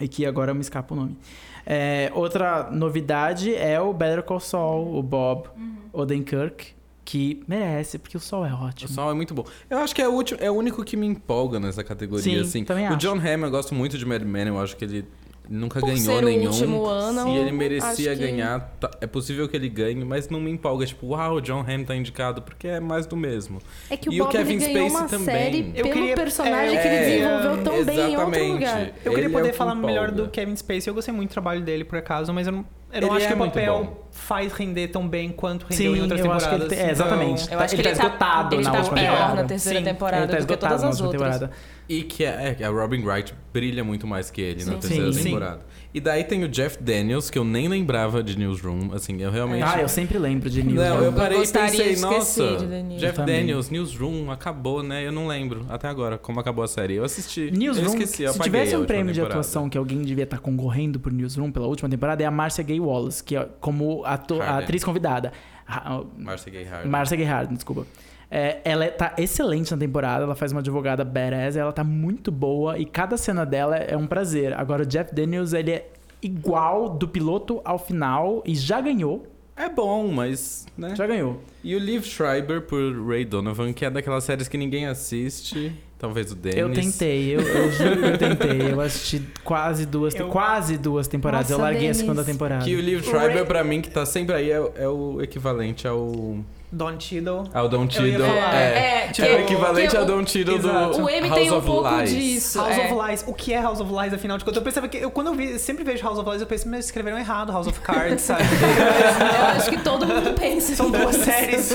[SPEAKER 3] E que agora me escapa o nome. É, outra novidade é o Better Call Saul, o Bob
[SPEAKER 2] Uhum.
[SPEAKER 3] Odenkirk, que merece, porque o Sol é
[SPEAKER 4] O
[SPEAKER 3] ótimo.
[SPEAKER 4] sol é muito bom. Eu acho que é o, último, é o único que me empolga nessa categoria,
[SPEAKER 3] Sim,
[SPEAKER 4] assim.
[SPEAKER 3] também
[SPEAKER 4] o
[SPEAKER 3] acho.
[SPEAKER 4] John Hamm, eu gosto muito de Mad Men, eu acho que ele nunca
[SPEAKER 2] Por
[SPEAKER 4] ganhou
[SPEAKER 2] ser o
[SPEAKER 4] nenhum.
[SPEAKER 2] último ano,
[SPEAKER 4] Se ele
[SPEAKER 2] acho
[SPEAKER 4] merecia
[SPEAKER 2] que-
[SPEAKER 4] ganhar, tá- é possível que ele ganhe, mas não me empolga. Tipo, uau, o John Hamm tá indicado, porque é mais do mesmo.
[SPEAKER 5] É que o
[SPEAKER 4] E o
[SPEAKER 5] Bob
[SPEAKER 4] Kevin
[SPEAKER 5] ele ganhou
[SPEAKER 4] Spacey
[SPEAKER 5] uma
[SPEAKER 4] também.
[SPEAKER 5] série
[SPEAKER 4] Eu
[SPEAKER 5] pelo
[SPEAKER 6] queria-
[SPEAKER 5] personagem
[SPEAKER 6] é,
[SPEAKER 5] que ele
[SPEAKER 6] é,
[SPEAKER 5] desenvolveu tão bem em outro
[SPEAKER 4] exatamente.
[SPEAKER 5] lugar.
[SPEAKER 6] Eu queria
[SPEAKER 4] Ele
[SPEAKER 6] poder
[SPEAKER 4] é o que
[SPEAKER 6] falar
[SPEAKER 4] empolga.
[SPEAKER 6] melhor do Kevin Spacey. Eu gostei muito do trabalho dele, por acaso, mas eu não, eu não
[SPEAKER 4] Ele
[SPEAKER 6] acho
[SPEAKER 4] é
[SPEAKER 6] que o
[SPEAKER 4] muito
[SPEAKER 6] papel
[SPEAKER 4] bom.
[SPEAKER 6] faz render tão bem quanto rendeu
[SPEAKER 3] Sim,
[SPEAKER 6] em outras
[SPEAKER 3] eu
[SPEAKER 6] temporadas.
[SPEAKER 3] acho que ele tem, é,
[SPEAKER 6] então-
[SPEAKER 3] exatamente.
[SPEAKER 2] Eu acho que ele tá,
[SPEAKER 3] esgotado
[SPEAKER 2] ele
[SPEAKER 3] na
[SPEAKER 2] tá
[SPEAKER 3] última
[SPEAKER 2] pior
[SPEAKER 3] temporada.
[SPEAKER 2] na terceira
[SPEAKER 6] Sim,
[SPEAKER 2] temporada
[SPEAKER 3] ele tá
[SPEAKER 2] do que
[SPEAKER 3] esgotado
[SPEAKER 2] todas
[SPEAKER 3] na
[SPEAKER 2] as
[SPEAKER 3] última
[SPEAKER 2] outras.
[SPEAKER 3] temporada.
[SPEAKER 4] E que é, é, a Robin Wright brilha muito mais que ele na
[SPEAKER 2] Sim.
[SPEAKER 4] terceira
[SPEAKER 3] Sim.
[SPEAKER 4] temporada. E daí tem o Jeff Daniels, que eu nem lembrava de Newsroom. Assim, eu realmente...
[SPEAKER 3] Ah, eu sempre lembro de News.
[SPEAKER 4] Não, eu parei e
[SPEAKER 2] gostaria
[SPEAKER 4] pensei,
[SPEAKER 2] de esquecer
[SPEAKER 4] nossa,
[SPEAKER 2] de Daniels.
[SPEAKER 4] Jeff
[SPEAKER 3] Eu também.
[SPEAKER 4] Daniels, Newsroom, acabou, né? Eu não lembro até agora como acabou a série. Eu assisti, eu
[SPEAKER 3] Newsroom,
[SPEAKER 4] esqueci, eu
[SPEAKER 3] se
[SPEAKER 4] apaguei
[SPEAKER 3] tivesse
[SPEAKER 4] a
[SPEAKER 3] um
[SPEAKER 4] última
[SPEAKER 3] prêmio de
[SPEAKER 4] temporada.
[SPEAKER 3] atuação que alguém devia estar concorrendo por Newsroom pela última temporada é a Marcia Gay Wallace, que é como ato-
[SPEAKER 4] Harden.
[SPEAKER 3] atriz convidada. Ra-
[SPEAKER 4] Marcia Gay Harden.
[SPEAKER 3] Marcia Gay Harden, desculpa. É, ela é- tá excelente na temporada, ela faz uma advogada badass, ela tá muito boa e cada cena dela é um prazer. Agora o Jeff Daniels, ele é igual do piloto ao final e já ganhou,
[SPEAKER 4] É bom, mas, né?
[SPEAKER 3] já ganhou.
[SPEAKER 4] E o Liv Schreiber por Ray Donovan, que é daquelas séries que ninguém assiste. Talvez o Dennis.
[SPEAKER 3] Eu tentei, eu, eu juro que eu tentei. Eu assisti quase duas,
[SPEAKER 6] Eu-
[SPEAKER 3] quase duas temporadas, eu
[SPEAKER 5] Nossa,
[SPEAKER 3] larguei
[SPEAKER 5] Dennis.
[SPEAKER 3] a segunda temporada.
[SPEAKER 4] Que o Liv
[SPEAKER 6] O
[SPEAKER 4] Schreiber,
[SPEAKER 6] Ray-
[SPEAKER 4] pra mim, que tá sempre aí, é, é o equivalente ao.
[SPEAKER 6] Don Cheadle.
[SPEAKER 4] Ao Don
[SPEAKER 6] Eu ia
[SPEAKER 4] Tiddle.
[SPEAKER 6] falar.
[SPEAKER 4] É,
[SPEAKER 2] É,
[SPEAKER 4] é,
[SPEAKER 2] que-
[SPEAKER 4] o equivalente
[SPEAKER 2] que
[SPEAKER 4] ao
[SPEAKER 2] o-
[SPEAKER 4] Don Tiddle do
[SPEAKER 6] Exato.
[SPEAKER 2] O M
[SPEAKER 4] House
[SPEAKER 2] tem um
[SPEAKER 4] of
[SPEAKER 2] pouco
[SPEAKER 4] Lies.
[SPEAKER 2] disso.
[SPEAKER 6] House
[SPEAKER 2] é.
[SPEAKER 6] of Lies, o que é House of Lies, afinal de contas? Eu pensava que. Eu, quando eu vi, sempre vejo House of Lies, eu penso, mas escreveram errado House of Cards, sabe?
[SPEAKER 2] Eu acho que todo mundo pensa.
[SPEAKER 6] São duas
[SPEAKER 2] nisso.
[SPEAKER 6] séries.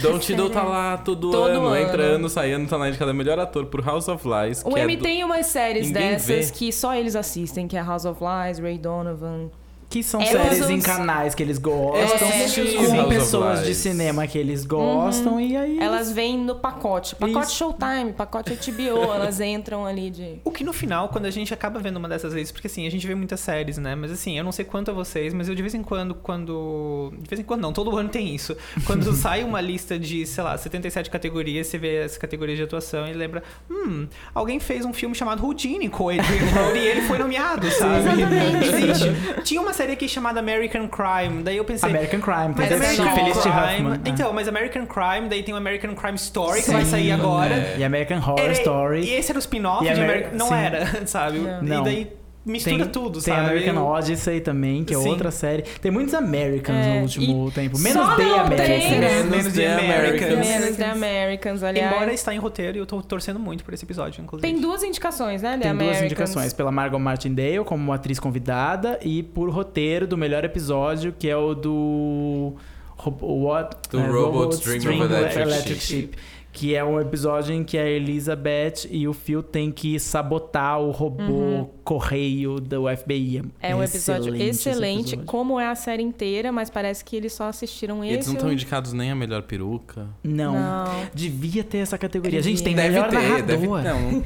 [SPEAKER 4] Don Tiddle tá lá todo,
[SPEAKER 2] né? Todo
[SPEAKER 4] ano,
[SPEAKER 2] ano.
[SPEAKER 4] entra ano, sai ano, tá lá indicado a melhor ator por House of Lies.
[SPEAKER 2] O
[SPEAKER 4] que
[SPEAKER 2] M
[SPEAKER 4] é do-
[SPEAKER 2] tem umas séries
[SPEAKER 4] Ninguém
[SPEAKER 2] dessas
[SPEAKER 4] vê.
[SPEAKER 2] que só eles assistem, que é House of Lies, Ray Donovan.
[SPEAKER 3] Que são
[SPEAKER 2] É,
[SPEAKER 3] séries
[SPEAKER 2] mas
[SPEAKER 3] em
[SPEAKER 2] os-
[SPEAKER 3] canais que eles gostam,
[SPEAKER 2] É,
[SPEAKER 4] assisti
[SPEAKER 2] com
[SPEAKER 4] House
[SPEAKER 3] com
[SPEAKER 4] of
[SPEAKER 3] pessoas de
[SPEAKER 4] Lies.
[SPEAKER 3] cinema que eles
[SPEAKER 6] Uhum.
[SPEAKER 3] gostam, e aí.
[SPEAKER 2] Elas vêm no pacote. Pacote
[SPEAKER 3] Isso.
[SPEAKER 2] Showtime, pacote HBO, elas entram ali de.
[SPEAKER 6] O que no final, quando a gente acaba vendo uma dessas vezes, porque assim, a gente vê muitas séries, né? Mas assim, eu não sei quanto a vocês, mas eu de vez em quando, quando. De vez em quando não, todo ano tem isso. Quando sai uma lista de, sei lá, 77 categorias, você vê as categorias de atuação e lembra, hum, alguém fez um filme chamado Houdini com o Adrian Brody e ele foi nomeado, sabe?
[SPEAKER 5] Exatamente.
[SPEAKER 6] Existe. Tinha uma série aqui chamada American Crime, daí eu pensei.
[SPEAKER 3] American Crime,
[SPEAKER 6] Mas
[SPEAKER 3] tem
[SPEAKER 2] American
[SPEAKER 6] American
[SPEAKER 2] Crime-
[SPEAKER 3] Felicity
[SPEAKER 6] Crime.
[SPEAKER 3] Huffman. né?
[SPEAKER 6] Então, mas American Crime, daei tem o American Crime Story que vai sair agora.
[SPEAKER 3] é. E American Horror
[SPEAKER 6] Era- E
[SPEAKER 3] Story.
[SPEAKER 6] esse era o spin-off
[SPEAKER 3] E
[SPEAKER 6] de
[SPEAKER 3] Ameri-
[SPEAKER 6] American. Não
[SPEAKER 3] sim.
[SPEAKER 6] era, sabe?
[SPEAKER 3] Não.
[SPEAKER 6] E daí mistura
[SPEAKER 3] Tem,
[SPEAKER 6] tudo,
[SPEAKER 3] tem
[SPEAKER 6] sabe?
[SPEAKER 3] American
[SPEAKER 6] Eu-
[SPEAKER 3] Odyssey também, que é
[SPEAKER 6] Sim.
[SPEAKER 3] outra série. Tem muitos Americans
[SPEAKER 2] É,
[SPEAKER 3] no último tempo. Menos
[SPEAKER 2] só
[SPEAKER 3] The
[SPEAKER 2] não tem, né?
[SPEAKER 3] Americans.
[SPEAKER 4] Menos
[SPEAKER 6] Menos
[SPEAKER 4] The
[SPEAKER 6] The
[SPEAKER 4] Americans.
[SPEAKER 6] Americans.
[SPEAKER 2] Menos The Americans, aliás.
[SPEAKER 6] Embora está em roteiro e eu tô torcendo muito por esse episódio, inclusive.
[SPEAKER 2] Tem duas indicações, né? The
[SPEAKER 3] Tem duas
[SPEAKER 2] Americans.
[SPEAKER 3] indicações, pela Margot Martindale como atriz convidada e por roteiro do melhor episódio, que é o do Ro- What É,
[SPEAKER 4] Do Robots Dream of Electric Sheep.
[SPEAKER 3] que é um episódio em que a Elizabeth e o Phil têm que sabotar o robô correio do FBI.
[SPEAKER 2] Uhum. É um episódio excelente,
[SPEAKER 3] esse episódio.
[SPEAKER 2] como é a série inteira, mas parece que eles só assistiram
[SPEAKER 4] Eles
[SPEAKER 2] um esse. né?
[SPEAKER 4] não estão indicados nem a melhor peruca.
[SPEAKER 3] Não.
[SPEAKER 2] Não.
[SPEAKER 3] Devia ter essa categoria. Gente, tem
[SPEAKER 4] Deve
[SPEAKER 3] melhor
[SPEAKER 4] ter, deve,
[SPEAKER 3] narrador.
[SPEAKER 4] não,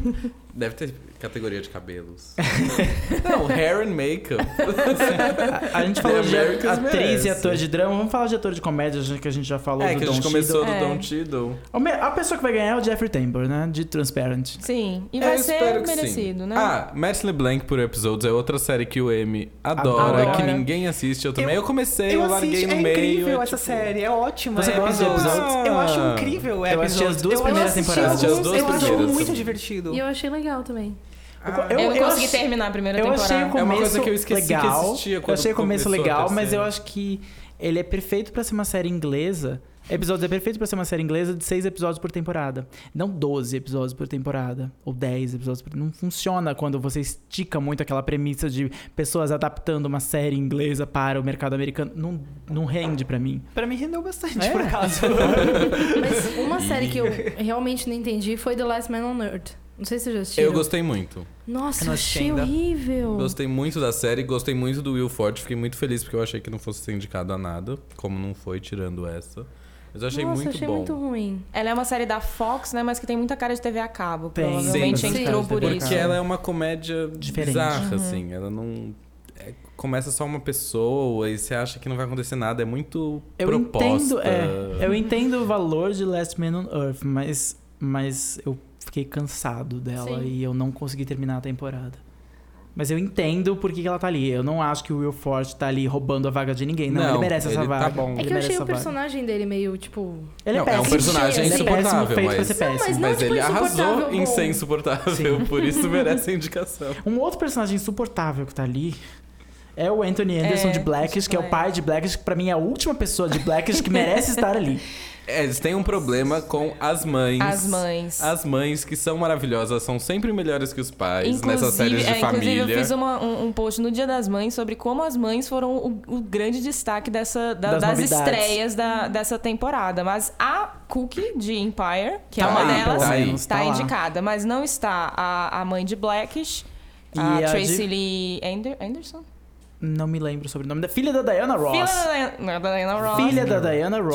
[SPEAKER 4] deve ter categoria de cabelos. não, hair and makeup.
[SPEAKER 3] é A, a gente falou
[SPEAKER 4] The
[SPEAKER 3] de
[SPEAKER 4] Americans
[SPEAKER 3] atriz
[SPEAKER 4] merece.
[SPEAKER 3] e ator de drama. Vamos falar de ator de comédia, já que a gente já falou
[SPEAKER 4] é,
[SPEAKER 3] do
[SPEAKER 4] que a
[SPEAKER 3] Don
[SPEAKER 4] gente começou
[SPEAKER 2] Cheadle.
[SPEAKER 4] do
[SPEAKER 2] É.
[SPEAKER 4] Don Tiddle.
[SPEAKER 3] O me- A pessoa que vai ganhar é o Jeffrey Tambor, né? De Transparent.
[SPEAKER 2] Sim, e
[SPEAKER 4] É,
[SPEAKER 2] vai
[SPEAKER 4] eu
[SPEAKER 2] ser
[SPEAKER 4] espero que sim.
[SPEAKER 2] merecido, né?
[SPEAKER 4] Ah, Matt LeBlanc por episódios é outra série que o M adora,
[SPEAKER 2] Adora.
[SPEAKER 4] que ninguém assiste. Eu também. Eu, comecei, eu, larguei
[SPEAKER 6] assisto,
[SPEAKER 4] no
[SPEAKER 6] é
[SPEAKER 4] meio.
[SPEAKER 6] incrível
[SPEAKER 4] é
[SPEAKER 6] essa
[SPEAKER 4] tipo-
[SPEAKER 6] série, é ótima.
[SPEAKER 3] Você
[SPEAKER 6] é
[SPEAKER 3] gosta de
[SPEAKER 6] episódio-
[SPEAKER 4] episódios?
[SPEAKER 6] Eu acho incrível, é
[SPEAKER 3] Eu assisti as
[SPEAKER 6] episódio.
[SPEAKER 3] duas
[SPEAKER 6] eu
[SPEAKER 3] primeiras
[SPEAKER 6] assisti
[SPEAKER 3] temporadas.
[SPEAKER 4] Eu assisti as
[SPEAKER 6] alguns,
[SPEAKER 4] duas
[SPEAKER 6] eu acho
[SPEAKER 4] primeiras.
[SPEAKER 6] muito divertido.
[SPEAKER 5] E eu achei legal também.
[SPEAKER 3] Eu,
[SPEAKER 2] Eu, não consegui
[SPEAKER 3] ach-
[SPEAKER 2] terminar a primeira
[SPEAKER 3] Eu
[SPEAKER 2] temporada.
[SPEAKER 3] achei o começo
[SPEAKER 4] É uma coisa que eu esqueci que
[SPEAKER 3] legal.
[SPEAKER 4] existia
[SPEAKER 3] eu
[SPEAKER 4] quando
[SPEAKER 3] achei o começo
[SPEAKER 4] começou assim. a
[SPEAKER 3] legal, mas eu
[SPEAKER 4] terceira.
[SPEAKER 3] acho que ele é perfeito pra ser uma série inglesa. Episódios é perfeito pra ser uma série inglesa de seis episódios por temporada. Não 12 episódios por temporada. Ou 10 episódios por Não funciona quando você estica muito aquela premissa de pessoas adaptando uma série inglesa para o mercado americano. Não, não rende pra mim.
[SPEAKER 6] Pra mim rendeu bastante,
[SPEAKER 3] É?
[SPEAKER 6] por acaso.
[SPEAKER 5] Mas uma série que eu realmente não entendi foi The Last Man on Earth. Não sei se você já assistiu.
[SPEAKER 4] tipo, Eu gostei muito.
[SPEAKER 5] Nossa,
[SPEAKER 6] Eu
[SPEAKER 5] eu,
[SPEAKER 6] não assisti
[SPEAKER 5] achei
[SPEAKER 6] ainda.
[SPEAKER 5] horrível.
[SPEAKER 4] Gostei muito da série, gostei muito do Will Forte. Fiquei muito feliz porque eu achei que não fosse ser indicado a nada, como não foi, tirando essa. Mas eu achei
[SPEAKER 5] Nossa,
[SPEAKER 4] muito
[SPEAKER 5] achei
[SPEAKER 4] bom.
[SPEAKER 5] muito ruim.
[SPEAKER 2] Ela é uma série da Fox, né? Mas que tem muita cara de TV a cabo.
[SPEAKER 3] Tem.
[SPEAKER 2] Provavelmente
[SPEAKER 4] Sim,
[SPEAKER 3] sim.
[SPEAKER 2] entrou por
[SPEAKER 4] Porque
[SPEAKER 2] isso.
[SPEAKER 4] ela é uma comédia
[SPEAKER 3] Diferente.
[SPEAKER 4] bizarra, assim. Ela não. é, começa só uma pessoa e você acha que não vai acontecer nada. É muito
[SPEAKER 3] Eu
[SPEAKER 4] proposta.
[SPEAKER 3] entendo, é, eu entendo o valor de Last Man on Earth, mas, mas eu fiquei cansado dela
[SPEAKER 5] Sim.
[SPEAKER 3] e eu não consegui terminar a temporada. Mas eu entendo por que, que ela tá ali. Eu não acho que o Will Forte tá ali roubando a vaga de ninguém. Não,
[SPEAKER 4] Não,
[SPEAKER 3] ele merece essa
[SPEAKER 4] ele tá
[SPEAKER 3] vaga.
[SPEAKER 4] bom. É
[SPEAKER 3] Ele
[SPEAKER 5] É que eu achei
[SPEAKER 3] merece
[SPEAKER 5] o
[SPEAKER 3] essa vaga.
[SPEAKER 5] personagem dele meio, tipo...
[SPEAKER 3] Ele é
[SPEAKER 4] Não, é um
[SPEAKER 3] péssimo.
[SPEAKER 4] personagem
[SPEAKER 3] ele é péssimo,
[SPEAKER 4] insuportável,
[SPEAKER 3] feito pra
[SPEAKER 4] mas-
[SPEAKER 3] ser péssimo.
[SPEAKER 5] Mas não,
[SPEAKER 4] Mas
[SPEAKER 5] tipo,
[SPEAKER 4] ele
[SPEAKER 5] insuportável,
[SPEAKER 4] arrasou
[SPEAKER 5] bom.
[SPEAKER 4] em ser insuportável, por isso merece a indicação.
[SPEAKER 3] Um outro personagem insuportável que tá ali é o Anthony Anderson
[SPEAKER 2] É,
[SPEAKER 3] de Blackish,
[SPEAKER 2] de
[SPEAKER 3] que é o pai de Blackish, que pra mim é a última pessoa de Blackish que merece estar ali.
[SPEAKER 4] É, eles têm um problema com as mães.
[SPEAKER 2] As mães.
[SPEAKER 4] As mães que são maravilhosas, são sempre melhores que os pais
[SPEAKER 2] Inclusive,
[SPEAKER 4] nessas séries de
[SPEAKER 2] é, inclusive,
[SPEAKER 4] família.
[SPEAKER 2] eu fiz uma- um, um post no Dia das Mães sobre como as mães foram o, o grande destaque dessa, da-
[SPEAKER 3] Das
[SPEAKER 2] das,
[SPEAKER 3] novidades.
[SPEAKER 2] estreias da- dessa temporada. Mas a Cookie de Empire, que é
[SPEAKER 4] Tá
[SPEAKER 2] uma
[SPEAKER 4] aí,
[SPEAKER 2] delas,
[SPEAKER 4] pelo
[SPEAKER 2] está
[SPEAKER 4] menos,
[SPEAKER 3] tá lá.
[SPEAKER 2] indicada, mas não está a, a mãe de Blackish, a
[SPEAKER 3] E a
[SPEAKER 2] Tracy
[SPEAKER 3] de-
[SPEAKER 2] Lee Ander- Anderson?
[SPEAKER 3] Não me lembro o sobrenome. da- Filha da Diana Ross.
[SPEAKER 2] Filha da Diana, não, da Diana Ross.
[SPEAKER 3] Filha da Diana Ross.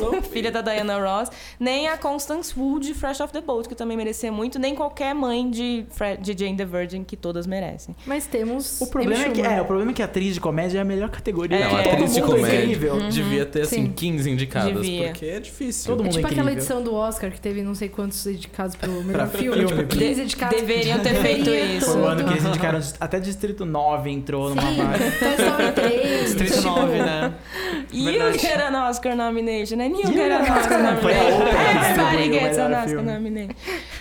[SPEAKER 2] Tra- Filha da Diana Ross, nem a Constance Wu de Fresh Off the Boat, que também merecia muito, nem qualquer mãe de, Fre- de Jane the Virgin, que todas merecem.
[SPEAKER 5] Mas temos...
[SPEAKER 3] O problema, é
[SPEAKER 5] Amy
[SPEAKER 3] que, é,
[SPEAKER 5] Schumer.
[SPEAKER 3] o problema é que atriz de comédia é a melhor categoria.
[SPEAKER 2] É,
[SPEAKER 4] Não,
[SPEAKER 3] Todo
[SPEAKER 4] atriz de
[SPEAKER 3] mundo é
[SPEAKER 4] comédia
[SPEAKER 3] incrível.
[SPEAKER 4] devia ter, assim,
[SPEAKER 5] Sim.
[SPEAKER 4] 15 indicadas,
[SPEAKER 2] Uhum. Devia.
[SPEAKER 4] porque é difícil.
[SPEAKER 3] Todo
[SPEAKER 5] É
[SPEAKER 3] mundo
[SPEAKER 5] tipo
[SPEAKER 3] é
[SPEAKER 5] aquela
[SPEAKER 3] incrível.
[SPEAKER 5] edição do Oscar que teve não sei quantos indicados pro
[SPEAKER 3] Pra
[SPEAKER 5] melhor filme,
[SPEAKER 3] filme, né?
[SPEAKER 5] tipo 15
[SPEAKER 2] De-
[SPEAKER 5] indicados.
[SPEAKER 2] deveriam ter feito
[SPEAKER 5] Deveria
[SPEAKER 2] isso.
[SPEAKER 3] Foi o
[SPEAKER 5] tudo.
[SPEAKER 3] ano que eles indicaram até Distrito 9 entrou numa vaga.
[SPEAKER 5] Toy Story 3.
[SPEAKER 6] Street
[SPEAKER 5] tipo,
[SPEAKER 6] 9, né?
[SPEAKER 2] You
[SPEAKER 6] Verdade.
[SPEAKER 2] get an Oscar nomination, né? and you,
[SPEAKER 3] You
[SPEAKER 2] get an
[SPEAKER 3] get an
[SPEAKER 2] Oscar
[SPEAKER 3] Oscar- Foi a
[SPEAKER 2] nomination.
[SPEAKER 3] outra que
[SPEAKER 2] Everybody
[SPEAKER 3] distribuiu o
[SPEAKER 2] gets an
[SPEAKER 3] melhor
[SPEAKER 2] Oscar
[SPEAKER 3] filme.
[SPEAKER 2] nomination.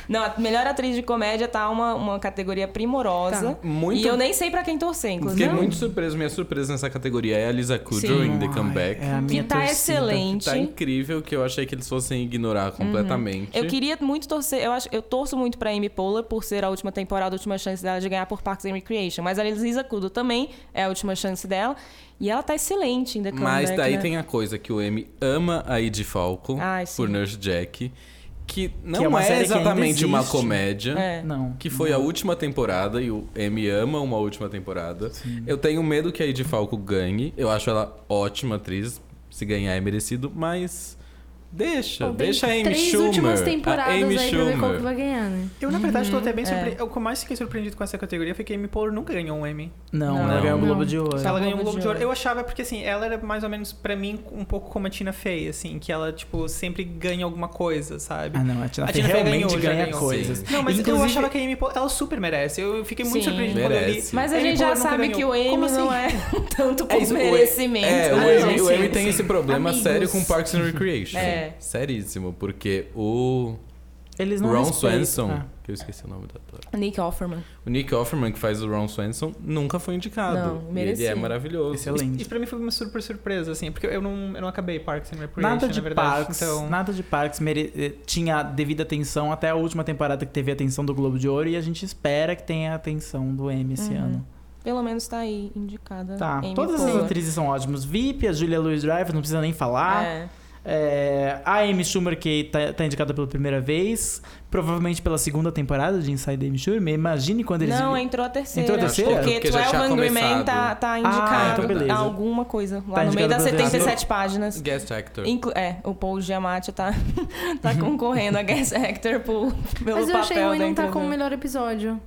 [SPEAKER 2] Não, a melhor atriz de comédia tá uma, uma categoria primorosa.
[SPEAKER 3] Tá.
[SPEAKER 4] Muito
[SPEAKER 2] E eu nem sei pra quem torcer,
[SPEAKER 4] Fiquei
[SPEAKER 2] inclusive.
[SPEAKER 4] muito surpreso. Minha surpresa nessa categoria é a Lisa Kudrow
[SPEAKER 2] Sim.
[SPEAKER 4] em The
[SPEAKER 3] Ai,
[SPEAKER 4] Comeback.
[SPEAKER 3] é a minha
[SPEAKER 2] que tá
[SPEAKER 3] torcida.
[SPEAKER 2] excelente.
[SPEAKER 4] Tá incrível que eu achei que eles fossem ignorar completamente.
[SPEAKER 2] Uhum. Eu queria muito torcer, eu acho, eu torço muito pra Amy Poehler por ser a última temporada, a última chance dela de ganhar por Parks and Recreation, mas a Lisa Kudrow também é a última chance dela, e ela tá excelente em The
[SPEAKER 4] Mas
[SPEAKER 2] Comeback,
[SPEAKER 4] daí
[SPEAKER 2] né?
[SPEAKER 4] tem a coisa que o M ama a Ed Falco
[SPEAKER 2] Ai, sim.
[SPEAKER 4] por Nurse Jack, que não
[SPEAKER 3] é
[SPEAKER 4] é,
[SPEAKER 3] uma série que ainda
[SPEAKER 4] exatamente uma
[SPEAKER 3] existe.
[SPEAKER 4] comédia.
[SPEAKER 2] É.
[SPEAKER 3] Não.
[SPEAKER 4] Que foi a última temporada, e o M ama uma última temporada. Eu tenho medo que a Ed Falco ganhe. Eu acho ela ótima atriz. Se ganhar é merecido, mas. Deixa,
[SPEAKER 5] Bom, tem
[SPEAKER 4] deixa a Amy
[SPEAKER 5] três
[SPEAKER 4] Schumer.
[SPEAKER 5] últimas
[SPEAKER 4] a
[SPEAKER 5] temporadas
[SPEAKER 4] Amy
[SPEAKER 5] aí pra ver qual que
[SPEAKER 4] Schumer.
[SPEAKER 5] vai ganhar, né?
[SPEAKER 6] Eu, na verdade, tô até bem
[SPEAKER 2] Uhum, é.
[SPEAKER 6] surpreendido. O que eu mais fiquei surpreendido com essa categoria foi que a Amy Poehler nunca ganhou um Emmy.
[SPEAKER 3] Não,
[SPEAKER 2] Não.
[SPEAKER 3] ela ganhou o
[SPEAKER 5] Não.
[SPEAKER 3] Globo de Ouro.
[SPEAKER 2] Só
[SPEAKER 6] Ela ganhou
[SPEAKER 2] Globo
[SPEAKER 6] um Globo
[SPEAKER 2] de
[SPEAKER 6] de Ouro.
[SPEAKER 2] Ouro.
[SPEAKER 6] Eu achava, porque assim, ela era mais ou menos, pra mim, um pouco como a Tina Fey, assim, que ela, tipo, sempre ganha alguma coisa, sabe?
[SPEAKER 3] Ah, não, a Tina
[SPEAKER 6] A
[SPEAKER 3] Fey
[SPEAKER 6] Tina Fey
[SPEAKER 3] realmente
[SPEAKER 6] ganhou, já
[SPEAKER 3] ganha
[SPEAKER 6] ganhou.
[SPEAKER 3] coisas.
[SPEAKER 4] Sim.
[SPEAKER 6] Não, mas eu
[SPEAKER 3] Inclusive-
[SPEAKER 6] achava que a Amy Poehler, ela super merece. Eu fiquei muito
[SPEAKER 2] Sim.
[SPEAKER 6] surpreendido quando eu li.
[SPEAKER 4] Merece.
[SPEAKER 2] Mas a
[SPEAKER 6] Amy
[SPEAKER 2] gente já
[SPEAKER 6] Poehler nunca
[SPEAKER 2] sabe
[SPEAKER 6] ganhou.
[SPEAKER 2] que o
[SPEAKER 6] Como
[SPEAKER 2] Amy
[SPEAKER 6] assim?
[SPEAKER 2] não é tanto por
[SPEAKER 4] isso, o E-
[SPEAKER 2] merecimento.
[SPEAKER 4] É, o
[SPEAKER 2] né,
[SPEAKER 4] Amy,
[SPEAKER 2] gente?
[SPEAKER 4] o Amy tem esse problema
[SPEAKER 5] assim,
[SPEAKER 4] sério
[SPEAKER 5] Amigos.
[SPEAKER 4] com Parks and Recreation.
[SPEAKER 2] É.
[SPEAKER 4] Seríssimo, porque o
[SPEAKER 3] Eles não
[SPEAKER 4] Ron
[SPEAKER 3] respeitam.
[SPEAKER 4] Swanson,
[SPEAKER 3] Ah.
[SPEAKER 4] que eu esqueci o nome do ator.
[SPEAKER 2] Nick Offerman.
[SPEAKER 4] O Nick Offerman, que faz o Ron Swanson, nunca foi indicado.
[SPEAKER 2] Não,
[SPEAKER 4] e ele é
[SPEAKER 2] merecia.
[SPEAKER 4] maravilhoso.
[SPEAKER 6] E
[SPEAKER 3] Excelente.
[SPEAKER 6] pra mim foi uma super surpresa, assim, porque eu não, eu não acabei Parks and Recreation,
[SPEAKER 3] Nada de
[SPEAKER 6] na verdade.
[SPEAKER 3] Parks,
[SPEAKER 6] então...
[SPEAKER 3] nada de Parks mere- eh, tinha devida atenção até a última temporada que teve a atenção do Globo de Ouro e a gente espera que tenha a atenção do M esse
[SPEAKER 2] Uhum.
[SPEAKER 3] ano.
[SPEAKER 2] Pelo menos tá aí indicada.
[SPEAKER 3] Tá,
[SPEAKER 2] Amy
[SPEAKER 3] todas
[SPEAKER 2] Poehler.
[SPEAKER 3] as atrizes são ótimas. VIP, a Julia Louis-Dreyfus, não precisa nem falar.
[SPEAKER 2] É.
[SPEAKER 3] É, a Amy Schumer, que tá, tá indicada pela primeira vez, provavelmente pela segunda temporada de Inside Amy Schumer. Imagine quando eles.
[SPEAKER 2] Não, entrou a terceira.
[SPEAKER 3] Entrou a terceira?
[SPEAKER 2] Porque,
[SPEAKER 4] Porque já
[SPEAKER 2] 12
[SPEAKER 4] tinha
[SPEAKER 2] Angry Men
[SPEAKER 4] começado.
[SPEAKER 2] tá, tá
[SPEAKER 3] Ah,
[SPEAKER 2] indicado
[SPEAKER 3] então beleza.
[SPEAKER 2] a alguma coisa. Lá
[SPEAKER 3] Tá
[SPEAKER 2] no meio
[SPEAKER 3] indicado
[SPEAKER 2] das
[SPEAKER 3] pra
[SPEAKER 2] 77 páginas.
[SPEAKER 4] Guest actor.
[SPEAKER 2] Inclu- é, o Paul Giamatti tá, tá concorrendo a Guest Actor por, pelo
[SPEAKER 5] Mas eu achei
[SPEAKER 2] papel
[SPEAKER 5] ruim
[SPEAKER 2] da
[SPEAKER 5] não tá
[SPEAKER 2] entrevista.
[SPEAKER 5] com o melhor episódio.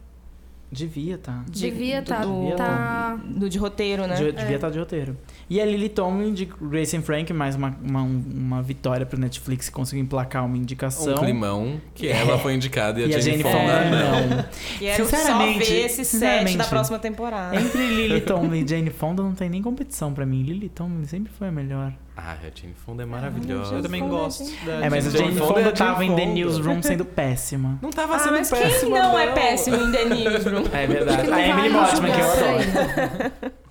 [SPEAKER 3] Devia, tá.
[SPEAKER 2] De-
[SPEAKER 5] Devia
[SPEAKER 2] do-
[SPEAKER 5] tá,
[SPEAKER 2] do-
[SPEAKER 5] tá...
[SPEAKER 2] Do de roteiro, né?
[SPEAKER 3] De- devia estar de roteiro. E a Lily Tomlin de Grace and Frank, mais uma, uma, uma vitória pro Netflix que conseguiu emplacar uma indicação.
[SPEAKER 4] Um climão, que ela foi indicada e,
[SPEAKER 3] E a
[SPEAKER 4] Jane
[SPEAKER 3] Jane
[SPEAKER 4] Fonda
[SPEAKER 3] Fonda,
[SPEAKER 4] não.
[SPEAKER 3] não.
[SPEAKER 2] E era só
[SPEAKER 3] Sinceramente,
[SPEAKER 2] ver esse set da
[SPEAKER 3] sinceramente.
[SPEAKER 2] próxima temporada.
[SPEAKER 3] Entre Lily Tomlin e Jane Fonda não tem nem competição pra mim. Lily Tomlin sempre foi a melhor.
[SPEAKER 4] Ah, a Jane Fonda é maravilhosa.
[SPEAKER 6] Eu também gosto. da
[SPEAKER 3] É, mas a
[SPEAKER 4] Jane
[SPEAKER 3] Jane
[SPEAKER 4] Fonda é
[SPEAKER 3] Fonda
[SPEAKER 4] Jane
[SPEAKER 3] tava em The
[SPEAKER 4] Fonda.
[SPEAKER 3] Newsroom sendo péssima.
[SPEAKER 4] Não tava
[SPEAKER 2] Ah,
[SPEAKER 4] sendo
[SPEAKER 2] mas
[SPEAKER 4] péssima.
[SPEAKER 2] quem não é
[SPEAKER 4] não.
[SPEAKER 2] péssimo em The Newsroom?
[SPEAKER 3] É
[SPEAKER 5] Acho que
[SPEAKER 3] verdade.
[SPEAKER 5] não
[SPEAKER 3] A Emily
[SPEAKER 5] vale
[SPEAKER 3] Mortimer, que eu
[SPEAKER 5] julgar
[SPEAKER 3] adoro.
[SPEAKER 5] por aí.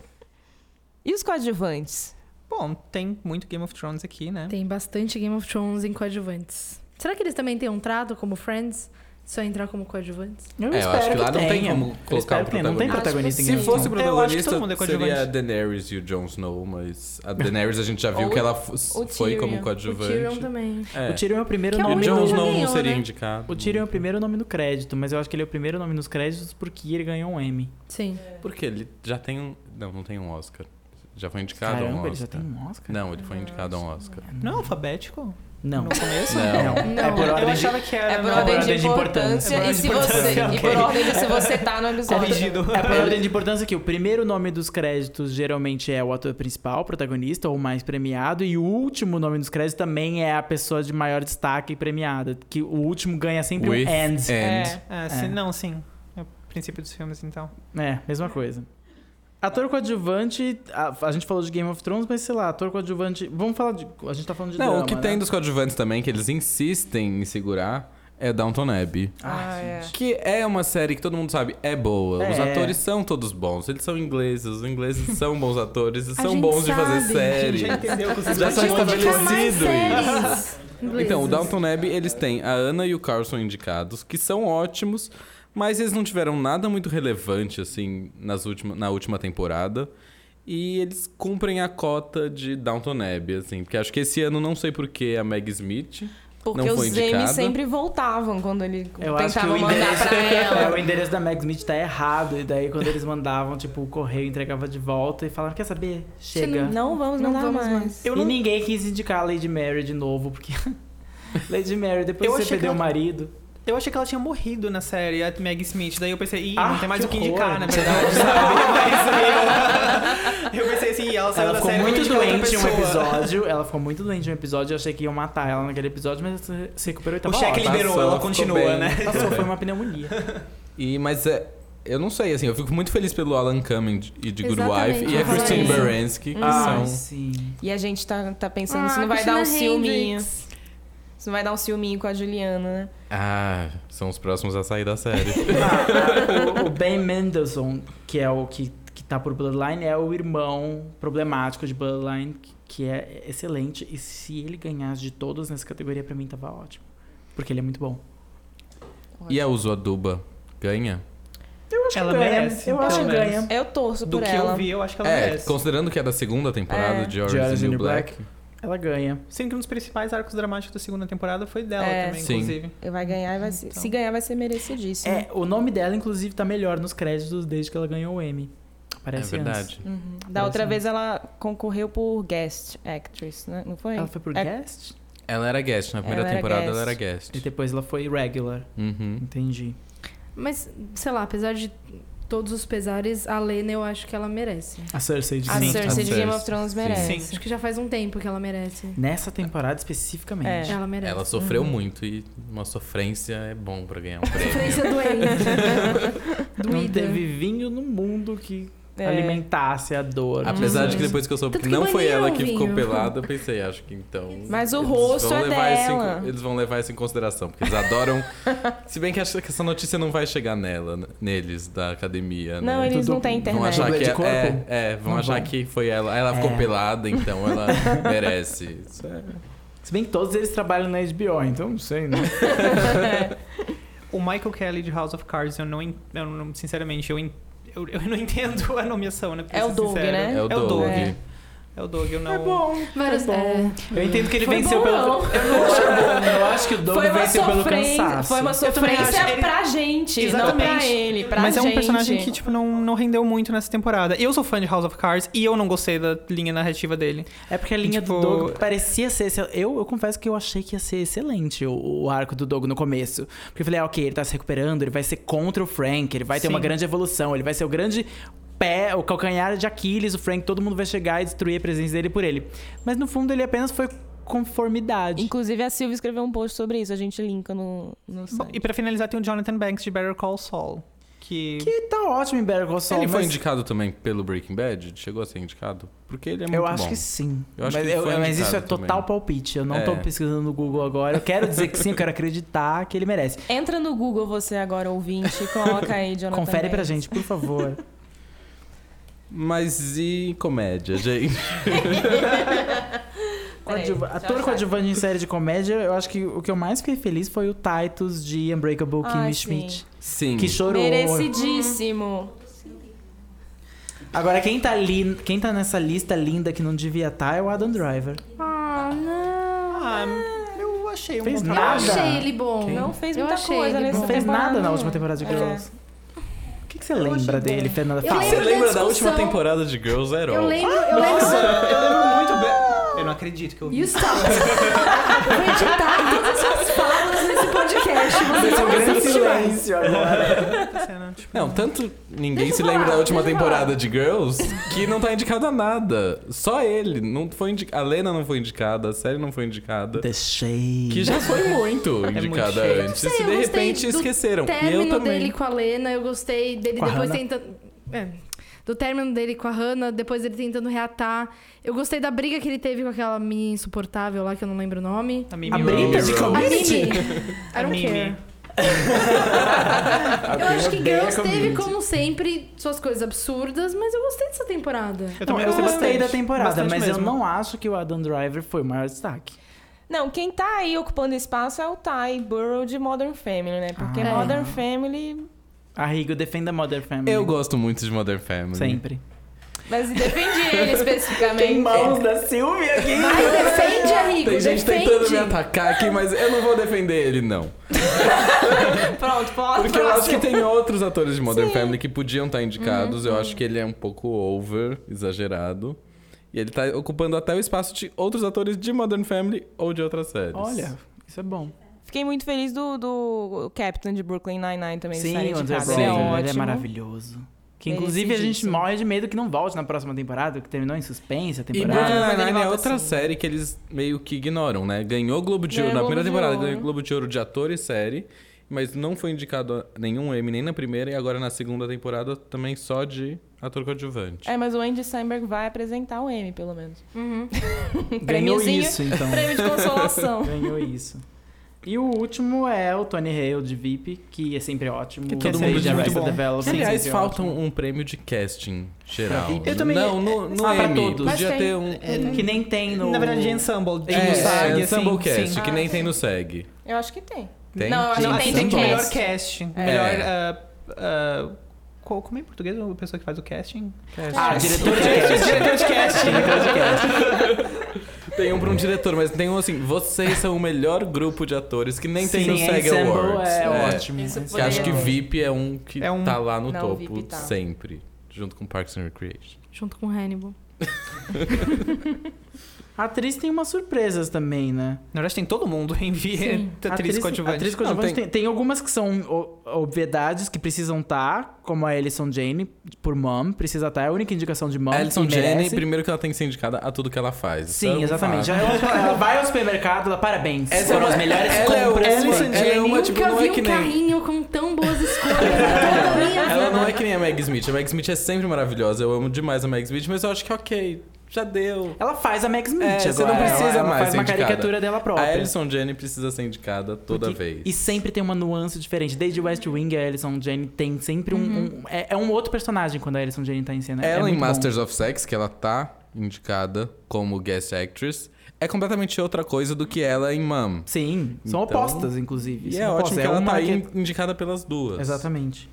[SPEAKER 2] E os coadjuvantes?
[SPEAKER 6] Bom, tem muito Game of Thrones aqui, né?
[SPEAKER 5] Tem bastante Game of Thrones em coadjuvantes. Será que eles também têm um trato como Friends? Só entrar como coadjuvantes?
[SPEAKER 3] Eu
[SPEAKER 4] É, eu acho que lá não tem
[SPEAKER 3] tenha.
[SPEAKER 4] como
[SPEAKER 3] Eu espero
[SPEAKER 4] colocar o
[SPEAKER 3] que tenha. Não tem Então, protagonista
[SPEAKER 5] protagonista.
[SPEAKER 3] em
[SPEAKER 4] Se
[SPEAKER 3] Game of
[SPEAKER 4] fosse
[SPEAKER 3] Thrones.
[SPEAKER 6] Eu acho que
[SPEAKER 4] protagonista,
[SPEAKER 6] todo mundo é coadjuvante.
[SPEAKER 4] seria a Daenerys e o Jon Snow, mas a Daenerys a gente já viu
[SPEAKER 1] Ou
[SPEAKER 4] que ela
[SPEAKER 1] o
[SPEAKER 4] fo- foi como
[SPEAKER 1] Tyrion.
[SPEAKER 5] O Tyrion
[SPEAKER 4] coadjuvante.
[SPEAKER 5] também.
[SPEAKER 4] É.
[SPEAKER 3] O Tyrion é o primeiro
[SPEAKER 5] Que é o
[SPEAKER 4] O
[SPEAKER 3] nome
[SPEAKER 5] único
[SPEAKER 4] Jon
[SPEAKER 3] no...
[SPEAKER 5] que
[SPEAKER 4] Snow
[SPEAKER 5] ganhou,
[SPEAKER 4] não seria
[SPEAKER 5] né?
[SPEAKER 4] indicado.
[SPEAKER 3] O Tyrion é o primeiro nome no crédito, mas eu acho que ele é o primeiro nome nos créditos porque ele ganhou um M.
[SPEAKER 5] Sim.
[SPEAKER 4] Porque ele já tem um. Não, não tem um Oscar. Já foi indicado a um
[SPEAKER 3] Caramba,
[SPEAKER 4] Oscar.
[SPEAKER 3] ele já tem um Oscar?
[SPEAKER 4] Não, ele foi indicado a um Oscar.
[SPEAKER 6] Não é alfabético?
[SPEAKER 3] Não.
[SPEAKER 6] No começo?
[SPEAKER 4] Não.
[SPEAKER 5] Não.
[SPEAKER 3] É por
[SPEAKER 6] Eu
[SPEAKER 3] ordem de...
[SPEAKER 6] achava que era.
[SPEAKER 2] É por
[SPEAKER 6] não.
[SPEAKER 2] ordem de
[SPEAKER 3] ordem de importância.
[SPEAKER 2] importância e se você. E por ordem de se você tá no episódio.
[SPEAKER 6] Corrigido.
[SPEAKER 3] É por ordem de importância que o primeiro nome dos créditos geralmente é o ator principal, o protagonista ou o mais premiado, e o último nome dos créditos também é a pessoa de maior destaque e premiada, que o último ganha sempre
[SPEAKER 4] With
[SPEAKER 3] um and.
[SPEAKER 2] É.
[SPEAKER 4] and.
[SPEAKER 6] Ah, sim, não, sim. É o princípio dos filmes, então.
[SPEAKER 3] É, mesma coisa. Ator coadjuvante, a, a gente falou de Game of Thrones, mas sei lá, ator coadjuvante, vamos falar de, a gente tá falando de
[SPEAKER 4] Não,
[SPEAKER 3] drama,
[SPEAKER 4] o que
[SPEAKER 3] né?
[SPEAKER 4] tem dos coadjuvantes também, que eles insistem em segurar, é Downton Abbey.
[SPEAKER 2] Ah, é.
[SPEAKER 4] Que é uma série que todo mundo sabe, é boa. Os
[SPEAKER 3] É.
[SPEAKER 4] atores são todos bons. Eles são ingleses, os ingleses são bons atores e
[SPEAKER 5] A
[SPEAKER 4] são
[SPEAKER 5] gente
[SPEAKER 4] bons de
[SPEAKER 5] sabe.
[SPEAKER 4] fazer
[SPEAKER 3] É,
[SPEAKER 4] série.
[SPEAKER 6] Já entendeu que os
[SPEAKER 4] Já são
[SPEAKER 5] Podiam indicar
[SPEAKER 4] estabelecido
[SPEAKER 5] mais
[SPEAKER 4] isso.
[SPEAKER 5] séries inglesas.
[SPEAKER 4] Então, o Downton Abbey, eles têm a Ana e o Carlson indicados, que são ótimos, mas eles não tiveram nada muito relevante, assim, nas última, na última temporada. E eles cumprem a cota de Downton Abbey, assim. Porque acho que esse ano, não sei porquê, a Meg Smith...
[SPEAKER 2] Porque
[SPEAKER 4] Não foi
[SPEAKER 2] os Emmys
[SPEAKER 4] indicada.
[SPEAKER 2] sempre voltavam quando ele
[SPEAKER 3] Eu acho que
[SPEAKER 2] tentava
[SPEAKER 3] o
[SPEAKER 2] mandar
[SPEAKER 3] endereço,
[SPEAKER 2] pra
[SPEAKER 3] é,
[SPEAKER 2] ela.
[SPEAKER 3] o endereço da Meg Smith tá errado. E daí, quando eles mandavam, tipo, o correio entregava de volta e falava: Quer saber? Chega.
[SPEAKER 2] Não vamos
[SPEAKER 5] Não
[SPEAKER 2] mandar
[SPEAKER 5] vamos
[SPEAKER 2] mais.
[SPEAKER 5] mais.
[SPEAKER 3] E ninguém quis indicar a Lady Mary de novo, porque. Lady Mary, depois
[SPEAKER 6] Eu
[SPEAKER 3] que você
[SPEAKER 6] achei que
[SPEAKER 3] perdeu o
[SPEAKER 6] ela-
[SPEAKER 3] marido.
[SPEAKER 6] Eu achei que ela tinha morrido na série, a Meg Smith. Daí eu pensei, ih,
[SPEAKER 3] Ah,
[SPEAKER 6] não tem mais
[SPEAKER 3] que
[SPEAKER 6] o que
[SPEAKER 3] horror.
[SPEAKER 6] indicar, na verdade, sabe? Mas eu, eu pensei assim, e ela saiu
[SPEAKER 3] Ela
[SPEAKER 6] da
[SPEAKER 3] ficou
[SPEAKER 6] série vou
[SPEAKER 3] muito
[SPEAKER 6] indicar outra
[SPEAKER 3] doente em um
[SPEAKER 6] pessoa.
[SPEAKER 3] episódio. Ela ficou muito doente em um episódio. Eu achei que iam matar ela naquele episódio, mas ela se recuperou e
[SPEAKER 6] O
[SPEAKER 3] tava
[SPEAKER 6] cheque
[SPEAKER 3] ótima.
[SPEAKER 6] liberou,
[SPEAKER 4] passou,
[SPEAKER 6] ela
[SPEAKER 4] ficou
[SPEAKER 6] continua,
[SPEAKER 4] bem.
[SPEAKER 6] né?
[SPEAKER 3] Passou, foi uma pneumonia.
[SPEAKER 4] E, mas é, eu não sei, assim, eu fico muito feliz pelo Alan Cumming de- e de Good
[SPEAKER 5] Exatamente,
[SPEAKER 4] Wife
[SPEAKER 5] eu
[SPEAKER 4] e a
[SPEAKER 5] ia falar
[SPEAKER 4] Christine
[SPEAKER 5] isso.
[SPEAKER 4] Baranski, que
[SPEAKER 3] Ah,
[SPEAKER 4] são.
[SPEAKER 3] sim.
[SPEAKER 2] E a gente tá, tá pensando
[SPEAKER 5] Ah,
[SPEAKER 2] se não vai dar um
[SPEAKER 5] Christina
[SPEAKER 2] ciúminho.
[SPEAKER 5] Hendricks.
[SPEAKER 2] Se não vai dar um ciúminho com a Juliana, né?
[SPEAKER 4] Ah, são os próximos a sair da série.
[SPEAKER 3] Ah, o, o Ben Mendelssohn, que é o que, que tá por Bloodline, é o irmão problemático de Bloodline, que- que é excelente. E se ele ganhasse de todos nessa categoria, pra mim tava ótimo. Porque ele é muito bom.
[SPEAKER 4] e a Uzo Aduba ganha?
[SPEAKER 3] Eu acho
[SPEAKER 6] Ela
[SPEAKER 3] que ganha.
[SPEAKER 6] merece,
[SPEAKER 3] é, eu acho que
[SPEAKER 6] pelo menos.
[SPEAKER 3] ganha.
[SPEAKER 2] Eu torço
[SPEAKER 6] Do
[SPEAKER 2] por
[SPEAKER 6] que
[SPEAKER 2] ela.
[SPEAKER 6] eu vi, eu acho que ela
[SPEAKER 4] É,
[SPEAKER 6] merece.
[SPEAKER 4] considerando que é da segunda temporada
[SPEAKER 2] É.
[SPEAKER 4] de Orange is the New Black.
[SPEAKER 3] Ela ganha.
[SPEAKER 6] Sendo que um dos principais arcos dramáticos da segunda temporada foi dela
[SPEAKER 2] É.
[SPEAKER 6] também,
[SPEAKER 4] Sim.
[SPEAKER 6] inclusive.
[SPEAKER 2] E Vai ganhar e vai ser.
[SPEAKER 6] Então.
[SPEAKER 2] Se ganhar, vai ser merecidíssimo.
[SPEAKER 3] É, o nome dela, inclusive, tá melhor nos créditos desde que ela ganhou o Emmy.
[SPEAKER 4] É
[SPEAKER 3] Parece
[SPEAKER 4] verdade.
[SPEAKER 2] Uhum. Da outra
[SPEAKER 3] Parece
[SPEAKER 2] vez ela concorreu por guest actress, né? Não foi?
[SPEAKER 3] Ela foi por
[SPEAKER 2] É-
[SPEAKER 3] guest
[SPEAKER 4] Ela era guest, na primeira
[SPEAKER 2] Ela era
[SPEAKER 4] temporada
[SPEAKER 2] guest.
[SPEAKER 4] ela era guest.
[SPEAKER 3] e depois ela foi regular.
[SPEAKER 4] Uhum.
[SPEAKER 3] Entendi.
[SPEAKER 5] Mas, sei lá, apesar de todos os pesares, a Lena eu acho que ela merece.
[SPEAKER 3] A Cersei de
[SPEAKER 2] A
[SPEAKER 3] Sim.
[SPEAKER 4] a
[SPEAKER 2] Cersei de Game of
[SPEAKER 4] Cersei.
[SPEAKER 2] Thrones
[SPEAKER 4] Sim.
[SPEAKER 2] merece.
[SPEAKER 6] Sim.
[SPEAKER 5] Acho que já faz um tempo que ela merece.
[SPEAKER 3] Nessa temporada especificamente.
[SPEAKER 2] É.
[SPEAKER 5] Ela merece.
[SPEAKER 4] Ela sofreu muito e uma sofrência é bom pra ganhar um prêmio.
[SPEAKER 5] Sofrência doente.
[SPEAKER 3] Não
[SPEAKER 5] é Doída.
[SPEAKER 3] teve vinho no mundo que
[SPEAKER 2] É.
[SPEAKER 3] alimentasse a
[SPEAKER 2] um
[SPEAKER 3] dor.
[SPEAKER 4] Apesar
[SPEAKER 3] Uhum.
[SPEAKER 4] de que depois que eu soube
[SPEAKER 5] Tanto
[SPEAKER 4] que
[SPEAKER 5] que
[SPEAKER 4] não foi
[SPEAKER 5] baniram
[SPEAKER 4] ela
[SPEAKER 5] o
[SPEAKER 4] que ficou
[SPEAKER 5] vinho.
[SPEAKER 4] pelada, eu pensei, acho que então.
[SPEAKER 2] Mas o
[SPEAKER 4] eles
[SPEAKER 2] rosto
[SPEAKER 4] vão
[SPEAKER 2] é
[SPEAKER 4] levar isso em
[SPEAKER 2] dela.
[SPEAKER 4] con- eles vão levar isso em consideração, porque eles adoram. Se bem que acho que essa notícia não vai chegar nela, né, neles, da academia, né?
[SPEAKER 2] Não, eles
[SPEAKER 3] Tudo-
[SPEAKER 2] não têm
[SPEAKER 4] Vão
[SPEAKER 2] internet.
[SPEAKER 4] achar
[SPEAKER 3] Dublê
[SPEAKER 4] que
[SPEAKER 3] de
[SPEAKER 4] é,
[SPEAKER 3] corpo?
[SPEAKER 4] é, é, vão
[SPEAKER 3] Não
[SPEAKER 4] achar
[SPEAKER 3] vão.
[SPEAKER 4] que foi ela. Ela ficou
[SPEAKER 3] É.
[SPEAKER 4] pelada, então ela merece. Isso é-
[SPEAKER 3] Se bem que todos eles trabalham na HBO, então não sei, né?
[SPEAKER 6] O Michael Kelly de House of Cards, eu não, en- eu não sinceramente, eu, en- eu, eu não entendo a nomeação, né? pra
[SPEAKER 2] É o
[SPEAKER 6] ser
[SPEAKER 2] Doug,
[SPEAKER 6] sincero.
[SPEAKER 2] né?
[SPEAKER 4] É o
[SPEAKER 6] É o Doug.
[SPEAKER 4] Doug.
[SPEAKER 2] É.
[SPEAKER 6] É o Doug, eu não...
[SPEAKER 5] Várias, é,
[SPEAKER 6] Eu entendo que ele
[SPEAKER 2] Foi
[SPEAKER 6] venceu
[SPEAKER 2] bom,
[SPEAKER 6] pelo...
[SPEAKER 2] não.
[SPEAKER 6] Eu não acho bom.
[SPEAKER 3] Eu acho que o Doug
[SPEAKER 2] Foi uma
[SPEAKER 3] venceu pelo
[SPEAKER 2] sofrência,
[SPEAKER 3] cansaço.
[SPEAKER 2] foi uma
[SPEAKER 6] Eu também acho.
[SPEAKER 2] sofrência
[SPEAKER 6] Ele-
[SPEAKER 2] pra gente, não pra
[SPEAKER 6] Exatamente.
[SPEAKER 2] ele, pra
[SPEAKER 6] Mas
[SPEAKER 2] gente.
[SPEAKER 6] é um personagem que, tipo, não, não rendeu muito nessa temporada. Eu sou fã de House of Cards e eu não gostei da linha narrativa dele.
[SPEAKER 3] É porque a linha
[SPEAKER 6] Tipo-
[SPEAKER 3] do Doug parecia ser. excel- Eu, eu confesso que eu achei que ia ser excelente o, o arco do Doug no começo. Porque eu falei, ah, ok, ele tá se recuperando, ele vai ser contra o Frank, ele vai ter
[SPEAKER 6] Sim.
[SPEAKER 3] uma grande evolução, ele vai ser o grande pé, o calcanhar de Aquiles, o Frank, todo mundo vai chegar e destruir a presença dele por ele. Mas no fundo ele apenas foi conformidade.
[SPEAKER 2] Inclusive a Silvia escreveu um post sobre isso, a gente linka no, no
[SPEAKER 6] Bom,
[SPEAKER 2] site.
[SPEAKER 6] e pra finalizar, tem o Jonathan Banks de Better Call Saul. que.
[SPEAKER 3] Que tá ótimo em Better Call Saul.
[SPEAKER 4] ele foi
[SPEAKER 3] mas
[SPEAKER 4] indicado também pelo Breaking Bad? Chegou a ser indicado? Porque ele é muito
[SPEAKER 3] Eu acho
[SPEAKER 4] bom.
[SPEAKER 3] que sim.
[SPEAKER 4] Eu acho
[SPEAKER 3] mas,
[SPEAKER 4] que ele
[SPEAKER 3] eu-
[SPEAKER 4] foi
[SPEAKER 3] mas isso é
[SPEAKER 4] indicado
[SPEAKER 3] total
[SPEAKER 4] também.
[SPEAKER 3] palpite. Eu não tô
[SPEAKER 4] É.
[SPEAKER 3] pesquisando no Google agora. Eu quero dizer que sim, eu quero acreditar que ele merece.
[SPEAKER 2] Entra no Google você agora, ouvinte, e coloca aí, Jonathan.
[SPEAKER 3] Confere pra
[SPEAKER 2] Banks.
[SPEAKER 3] gente, por favor.
[SPEAKER 4] Mas e comédia, gente?
[SPEAKER 2] Peraí,
[SPEAKER 3] Coadjuva-
[SPEAKER 2] já
[SPEAKER 3] Ator
[SPEAKER 2] achei.
[SPEAKER 3] coadjuvante em série de comédia, eu acho que o que eu mais fiquei feliz foi o Titus de Unbreakable
[SPEAKER 2] Ah,
[SPEAKER 3] Kimmy
[SPEAKER 2] sim.
[SPEAKER 3] Schmidt.
[SPEAKER 4] Sim.
[SPEAKER 3] Que chorou.
[SPEAKER 2] Merecidíssimo.
[SPEAKER 3] Agora, quem tá, li... quem tá nessa lista linda que não devia estar é o Adam Driver.
[SPEAKER 5] Ah, não.
[SPEAKER 6] Ah, eu achei um
[SPEAKER 3] Fez
[SPEAKER 6] bom
[SPEAKER 5] Eu
[SPEAKER 3] nada.
[SPEAKER 6] trabalho.
[SPEAKER 5] achei ele bom.
[SPEAKER 2] Não fez
[SPEAKER 5] Eu
[SPEAKER 2] muita
[SPEAKER 5] achei
[SPEAKER 2] coisa
[SPEAKER 5] ele
[SPEAKER 2] nesse
[SPEAKER 3] Não
[SPEAKER 5] bom.
[SPEAKER 3] fez nada na última temporada de
[SPEAKER 2] É.
[SPEAKER 3] Girls. O que, que você lembra dele, Fernanda?
[SPEAKER 5] Eu
[SPEAKER 3] Fala.
[SPEAKER 4] Você
[SPEAKER 5] lembro da
[SPEAKER 4] lembra da última
[SPEAKER 5] discussão.
[SPEAKER 4] temporada de Girls at All?
[SPEAKER 5] Eu lembro, eu lembro.
[SPEAKER 6] Nossa, eu lembro muito bem. Eu não acredito que eu vi.
[SPEAKER 5] You stop. Vou editar todas as suas falas nesse podcast. Você
[SPEAKER 3] Esse é um grande
[SPEAKER 5] assiste mais.
[SPEAKER 3] silêncio agora.
[SPEAKER 6] essa cena, tipo,
[SPEAKER 4] Não, tanto ninguém
[SPEAKER 5] Deixa
[SPEAKER 4] se
[SPEAKER 5] eu falar,
[SPEAKER 4] lembra da última
[SPEAKER 5] deixa eu falar.
[SPEAKER 4] temporada de Girls que não tá indicado a nada. Só ele. Não foi indi... A Lena não foi indicada, a série não foi indicada.
[SPEAKER 3] The Shade.
[SPEAKER 4] Que já foi
[SPEAKER 3] É
[SPEAKER 4] muito
[SPEAKER 6] muito
[SPEAKER 4] indicada
[SPEAKER 6] cheio. Eu não
[SPEAKER 4] antes.
[SPEAKER 5] sei,
[SPEAKER 4] e
[SPEAKER 5] eu
[SPEAKER 4] de
[SPEAKER 5] gostei
[SPEAKER 4] repente
[SPEAKER 5] do
[SPEAKER 4] esqueceram. E Então, eu
[SPEAKER 5] término
[SPEAKER 4] também.
[SPEAKER 5] dele com a Lena, eu gostei dele
[SPEAKER 3] Com a
[SPEAKER 5] depois
[SPEAKER 3] Hannah.
[SPEAKER 5] tentando. é, do término dele com a Hannah, depois ele tentando reatar. Eu gostei da briga que ele teve com aquela menina insuportável lá, que eu não lembro o nome.
[SPEAKER 6] A
[SPEAKER 3] A
[SPEAKER 6] Mimi
[SPEAKER 3] Brita
[SPEAKER 6] Rose.
[SPEAKER 3] de
[SPEAKER 5] A
[SPEAKER 3] community?
[SPEAKER 5] Mimi. I
[SPEAKER 6] A
[SPEAKER 5] don't care.
[SPEAKER 6] Mimi.
[SPEAKER 5] Eu acho que
[SPEAKER 3] odeia
[SPEAKER 5] Girls teve,
[SPEAKER 3] community.
[SPEAKER 5] como sempre, suas coisas absurdas, mas eu gostei dessa temporada.
[SPEAKER 6] Eu
[SPEAKER 3] Não,
[SPEAKER 6] também
[SPEAKER 3] eu
[SPEAKER 6] gostei
[SPEAKER 3] gostei
[SPEAKER 6] bastante.
[SPEAKER 3] da temporada,
[SPEAKER 6] Bastante
[SPEAKER 3] mas eu
[SPEAKER 6] mesmo.
[SPEAKER 3] não acho que o Adam Driver foi o maior destaque.
[SPEAKER 2] Não, quem tá aí ocupando espaço é o Ty Burrow de Modern Family, né? Porque
[SPEAKER 3] Ah.
[SPEAKER 2] Modern Family.
[SPEAKER 3] Arrigo, defenda Mother Family.
[SPEAKER 4] Eu gosto muito de Modern Family.
[SPEAKER 3] Sempre.
[SPEAKER 2] Mas defendi ele especificamente. é.
[SPEAKER 3] da Silvia aqui.
[SPEAKER 5] Ai, defende, amigo,
[SPEAKER 4] Tem gente
[SPEAKER 5] defende.
[SPEAKER 4] tentando me atacar aqui, mas eu não vou defender ele, não.
[SPEAKER 2] Pronto, pode.
[SPEAKER 4] Porque eu acho que
[SPEAKER 2] próximo.
[SPEAKER 4] tem outros atores de Modern Family que podiam estar indicados.
[SPEAKER 2] Uhum.
[SPEAKER 4] eu acho que ele é um pouco over, exagerado. E ele tá ocupando até o espaço de outros atores de Modern Family ou de outras séries.
[SPEAKER 3] Olha, isso é bom.
[SPEAKER 2] Fiquei muito feliz do, do Captain de Brooklyn Nine-Nine também. de
[SPEAKER 3] Sim,
[SPEAKER 2] estar
[SPEAKER 3] o André
[SPEAKER 2] indicado.
[SPEAKER 3] Brown,
[SPEAKER 2] Ele é
[SPEAKER 4] Sim.
[SPEAKER 2] ótimo.
[SPEAKER 3] ele é maravilhoso. Que inclusive a gente
[SPEAKER 2] Merecidíssimo.
[SPEAKER 3] morre de medo que não volte na próxima temporada, que terminou em suspense a
[SPEAKER 4] E
[SPEAKER 3] temporada.
[SPEAKER 2] Brooklyn
[SPEAKER 4] Brooklyn
[SPEAKER 2] Nine-Nine
[SPEAKER 4] Nine-Nine é
[SPEAKER 2] volta
[SPEAKER 4] outra
[SPEAKER 2] assim.
[SPEAKER 4] série que eles meio que ignoram, né? Ganhou Globo de
[SPEAKER 2] Ganhou
[SPEAKER 4] Ouro na
[SPEAKER 2] Globo
[SPEAKER 4] primeira
[SPEAKER 2] de
[SPEAKER 4] temporada,
[SPEAKER 2] Ouro.
[SPEAKER 4] ganhou Globo de Ouro de ator e série, mas não foi indicado a nenhum M nem na primeira e agora na segunda temporada também só de ator coadjuvante.
[SPEAKER 2] É, mas o Andy Samberg vai apresentar o M, pelo menos.
[SPEAKER 3] Ganhou
[SPEAKER 2] Prêmiozinho.
[SPEAKER 3] isso, então.
[SPEAKER 2] Prêmio de consolação.
[SPEAKER 3] Ganhou isso. E o último é o Tony Hale de VIP, que é sempre ótimo.
[SPEAKER 6] Que
[SPEAKER 3] O
[SPEAKER 4] todo
[SPEAKER 3] Esse
[SPEAKER 4] mundo
[SPEAKER 3] aí
[SPEAKER 4] diz muito
[SPEAKER 3] Arrested
[SPEAKER 6] bom.
[SPEAKER 3] Development é
[SPEAKER 4] Aliás,
[SPEAKER 3] sempre
[SPEAKER 4] falta
[SPEAKER 3] ótimo.
[SPEAKER 4] um prêmio de casting geral.
[SPEAKER 3] Pra VIP.
[SPEAKER 6] Eu também-
[SPEAKER 4] Não, no, no
[SPEAKER 3] Ah, pra
[SPEAKER 4] M.
[SPEAKER 3] todos.
[SPEAKER 2] Mas
[SPEAKER 4] Podia
[SPEAKER 2] tem-
[SPEAKER 4] ter um...
[SPEAKER 3] Que nem tem no...
[SPEAKER 6] Na verdade, é ensemble.
[SPEAKER 4] É,
[SPEAKER 6] É, no SAG,
[SPEAKER 4] é,
[SPEAKER 6] assim,
[SPEAKER 4] Ensemblocast,
[SPEAKER 6] sim.
[SPEAKER 4] que nem tem no SEG.
[SPEAKER 2] Eu acho que tem.
[SPEAKER 4] Tem?
[SPEAKER 2] Não, eu acho
[SPEAKER 6] Não,
[SPEAKER 2] que
[SPEAKER 6] aqui
[SPEAKER 2] tem
[SPEAKER 6] tem
[SPEAKER 2] de
[SPEAKER 6] o melhor
[SPEAKER 2] cast.
[SPEAKER 6] casting.
[SPEAKER 2] É.
[SPEAKER 6] Melhor. ah, ah, qual- como é em português a pessoa que faz o casting?
[SPEAKER 3] Ah, diretor de casting.
[SPEAKER 6] Diretor de casting.
[SPEAKER 3] Diretor de casting.
[SPEAKER 4] Tem um pra um diretor, mas tem um assim... Vocês são o melhor grupo de atores que nem tem no
[SPEAKER 3] Sim,
[SPEAKER 4] SEG
[SPEAKER 3] Ensemble
[SPEAKER 4] Awards.
[SPEAKER 3] É,
[SPEAKER 4] É.
[SPEAKER 3] ótimo.
[SPEAKER 2] Isso
[SPEAKER 4] Que acho que
[SPEAKER 2] Poderia.
[SPEAKER 4] VIP é um que
[SPEAKER 6] É um-
[SPEAKER 4] tá lá no
[SPEAKER 2] Não,
[SPEAKER 4] topo
[SPEAKER 2] VIP tá.
[SPEAKER 4] sempre, junto com Parks and Recreation.
[SPEAKER 5] Junto com o Hannibal.
[SPEAKER 3] A atriz tem umas surpresas também, né?
[SPEAKER 6] Na verdade, tem todo mundo em
[SPEAKER 5] Sim.
[SPEAKER 6] Vi- atriz coadjuvante.
[SPEAKER 3] atriz
[SPEAKER 4] Não,
[SPEAKER 3] coadjuvante tem...
[SPEAKER 4] tem-
[SPEAKER 3] tem algumas que são o- obviedades que precisam estar, como a Alison Jane, por Mom, precisa estar. É a única indicação de Mom.
[SPEAKER 4] Alison
[SPEAKER 3] que
[SPEAKER 4] Jane,
[SPEAKER 3] merece.
[SPEAKER 4] primeiro que ela tem que ser indicada a tudo que ela faz. Isso é
[SPEAKER 3] Sim,
[SPEAKER 4] um
[SPEAKER 3] exatamente.
[SPEAKER 4] fato.
[SPEAKER 3] Ela, ela vai ao supermercado, ela parabéns.
[SPEAKER 4] Essa é
[SPEAKER 3] foram
[SPEAKER 4] uma-
[SPEAKER 3] as melhores
[SPEAKER 4] ela é o-
[SPEAKER 3] compras.
[SPEAKER 4] Alison
[SPEAKER 3] mãe.
[SPEAKER 4] Jane- É uma,
[SPEAKER 5] Nunca
[SPEAKER 4] tipo, não
[SPEAKER 5] vi
[SPEAKER 4] é que
[SPEAKER 5] um
[SPEAKER 4] nem-
[SPEAKER 5] carrinho com tão boas escolhas em toda a minha vida.
[SPEAKER 4] Ela não é que nem a Meg Smith. A Meg Smith é sempre maravilhosa. Eu amo demais a Meg Smith, mas eu acho que ok, já deu.
[SPEAKER 3] Ela faz a Max Smith
[SPEAKER 4] É,
[SPEAKER 3] agora.
[SPEAKER 4] você não precisa
[SPEAKER 3] ela, ela
[SPEAKER 4] mais
[SPEAKER 3] faz
[SPEAKER 4] ser
[SPEAKER 3] uma
[SPEAKER 4] indicada.
[SPEAKER 3] caricatura dela própria.
[SPEAKER 4] A Alison Jane precisa ser indicada toda
[SPEAKER 3] Porque-
[SPEAKER 4] vez.
[SPEAKER 3] E sempre tem uma nuance diferente. Desde West Wing, a Alison Jane tem sempre um...
[SPEAKER 6] Uhum.
[SPEAKER 3] um- é, é um outro personagem quando a Alison Jane tá em cena. é
[SPEAKER 4] Ela em
[SPEAKER 3] muito bom.
[SPEAKER 4] Masters of Sex, que ela tá indicada como guest actress, é completamente outra coisa do que ela em Mom.
[SPEAKER 3] Sim, são
[SPEAKER 4] Então-
[SPEAKER 3] opostas, inclusive.
[SPEAKER 4] E
[SPEAKER 3] são
[SPEAKER 4] é
[SPEAKER 3] opostas.
[SPEAKER 4] ótimo que ela
[SPEAKER 3] uma
[SPEAKER 4] tá
[SPEAKER 3] que-
[SPEAKER 4] in- indicada pelas duas.
[SPEAKER 3] Exatamente.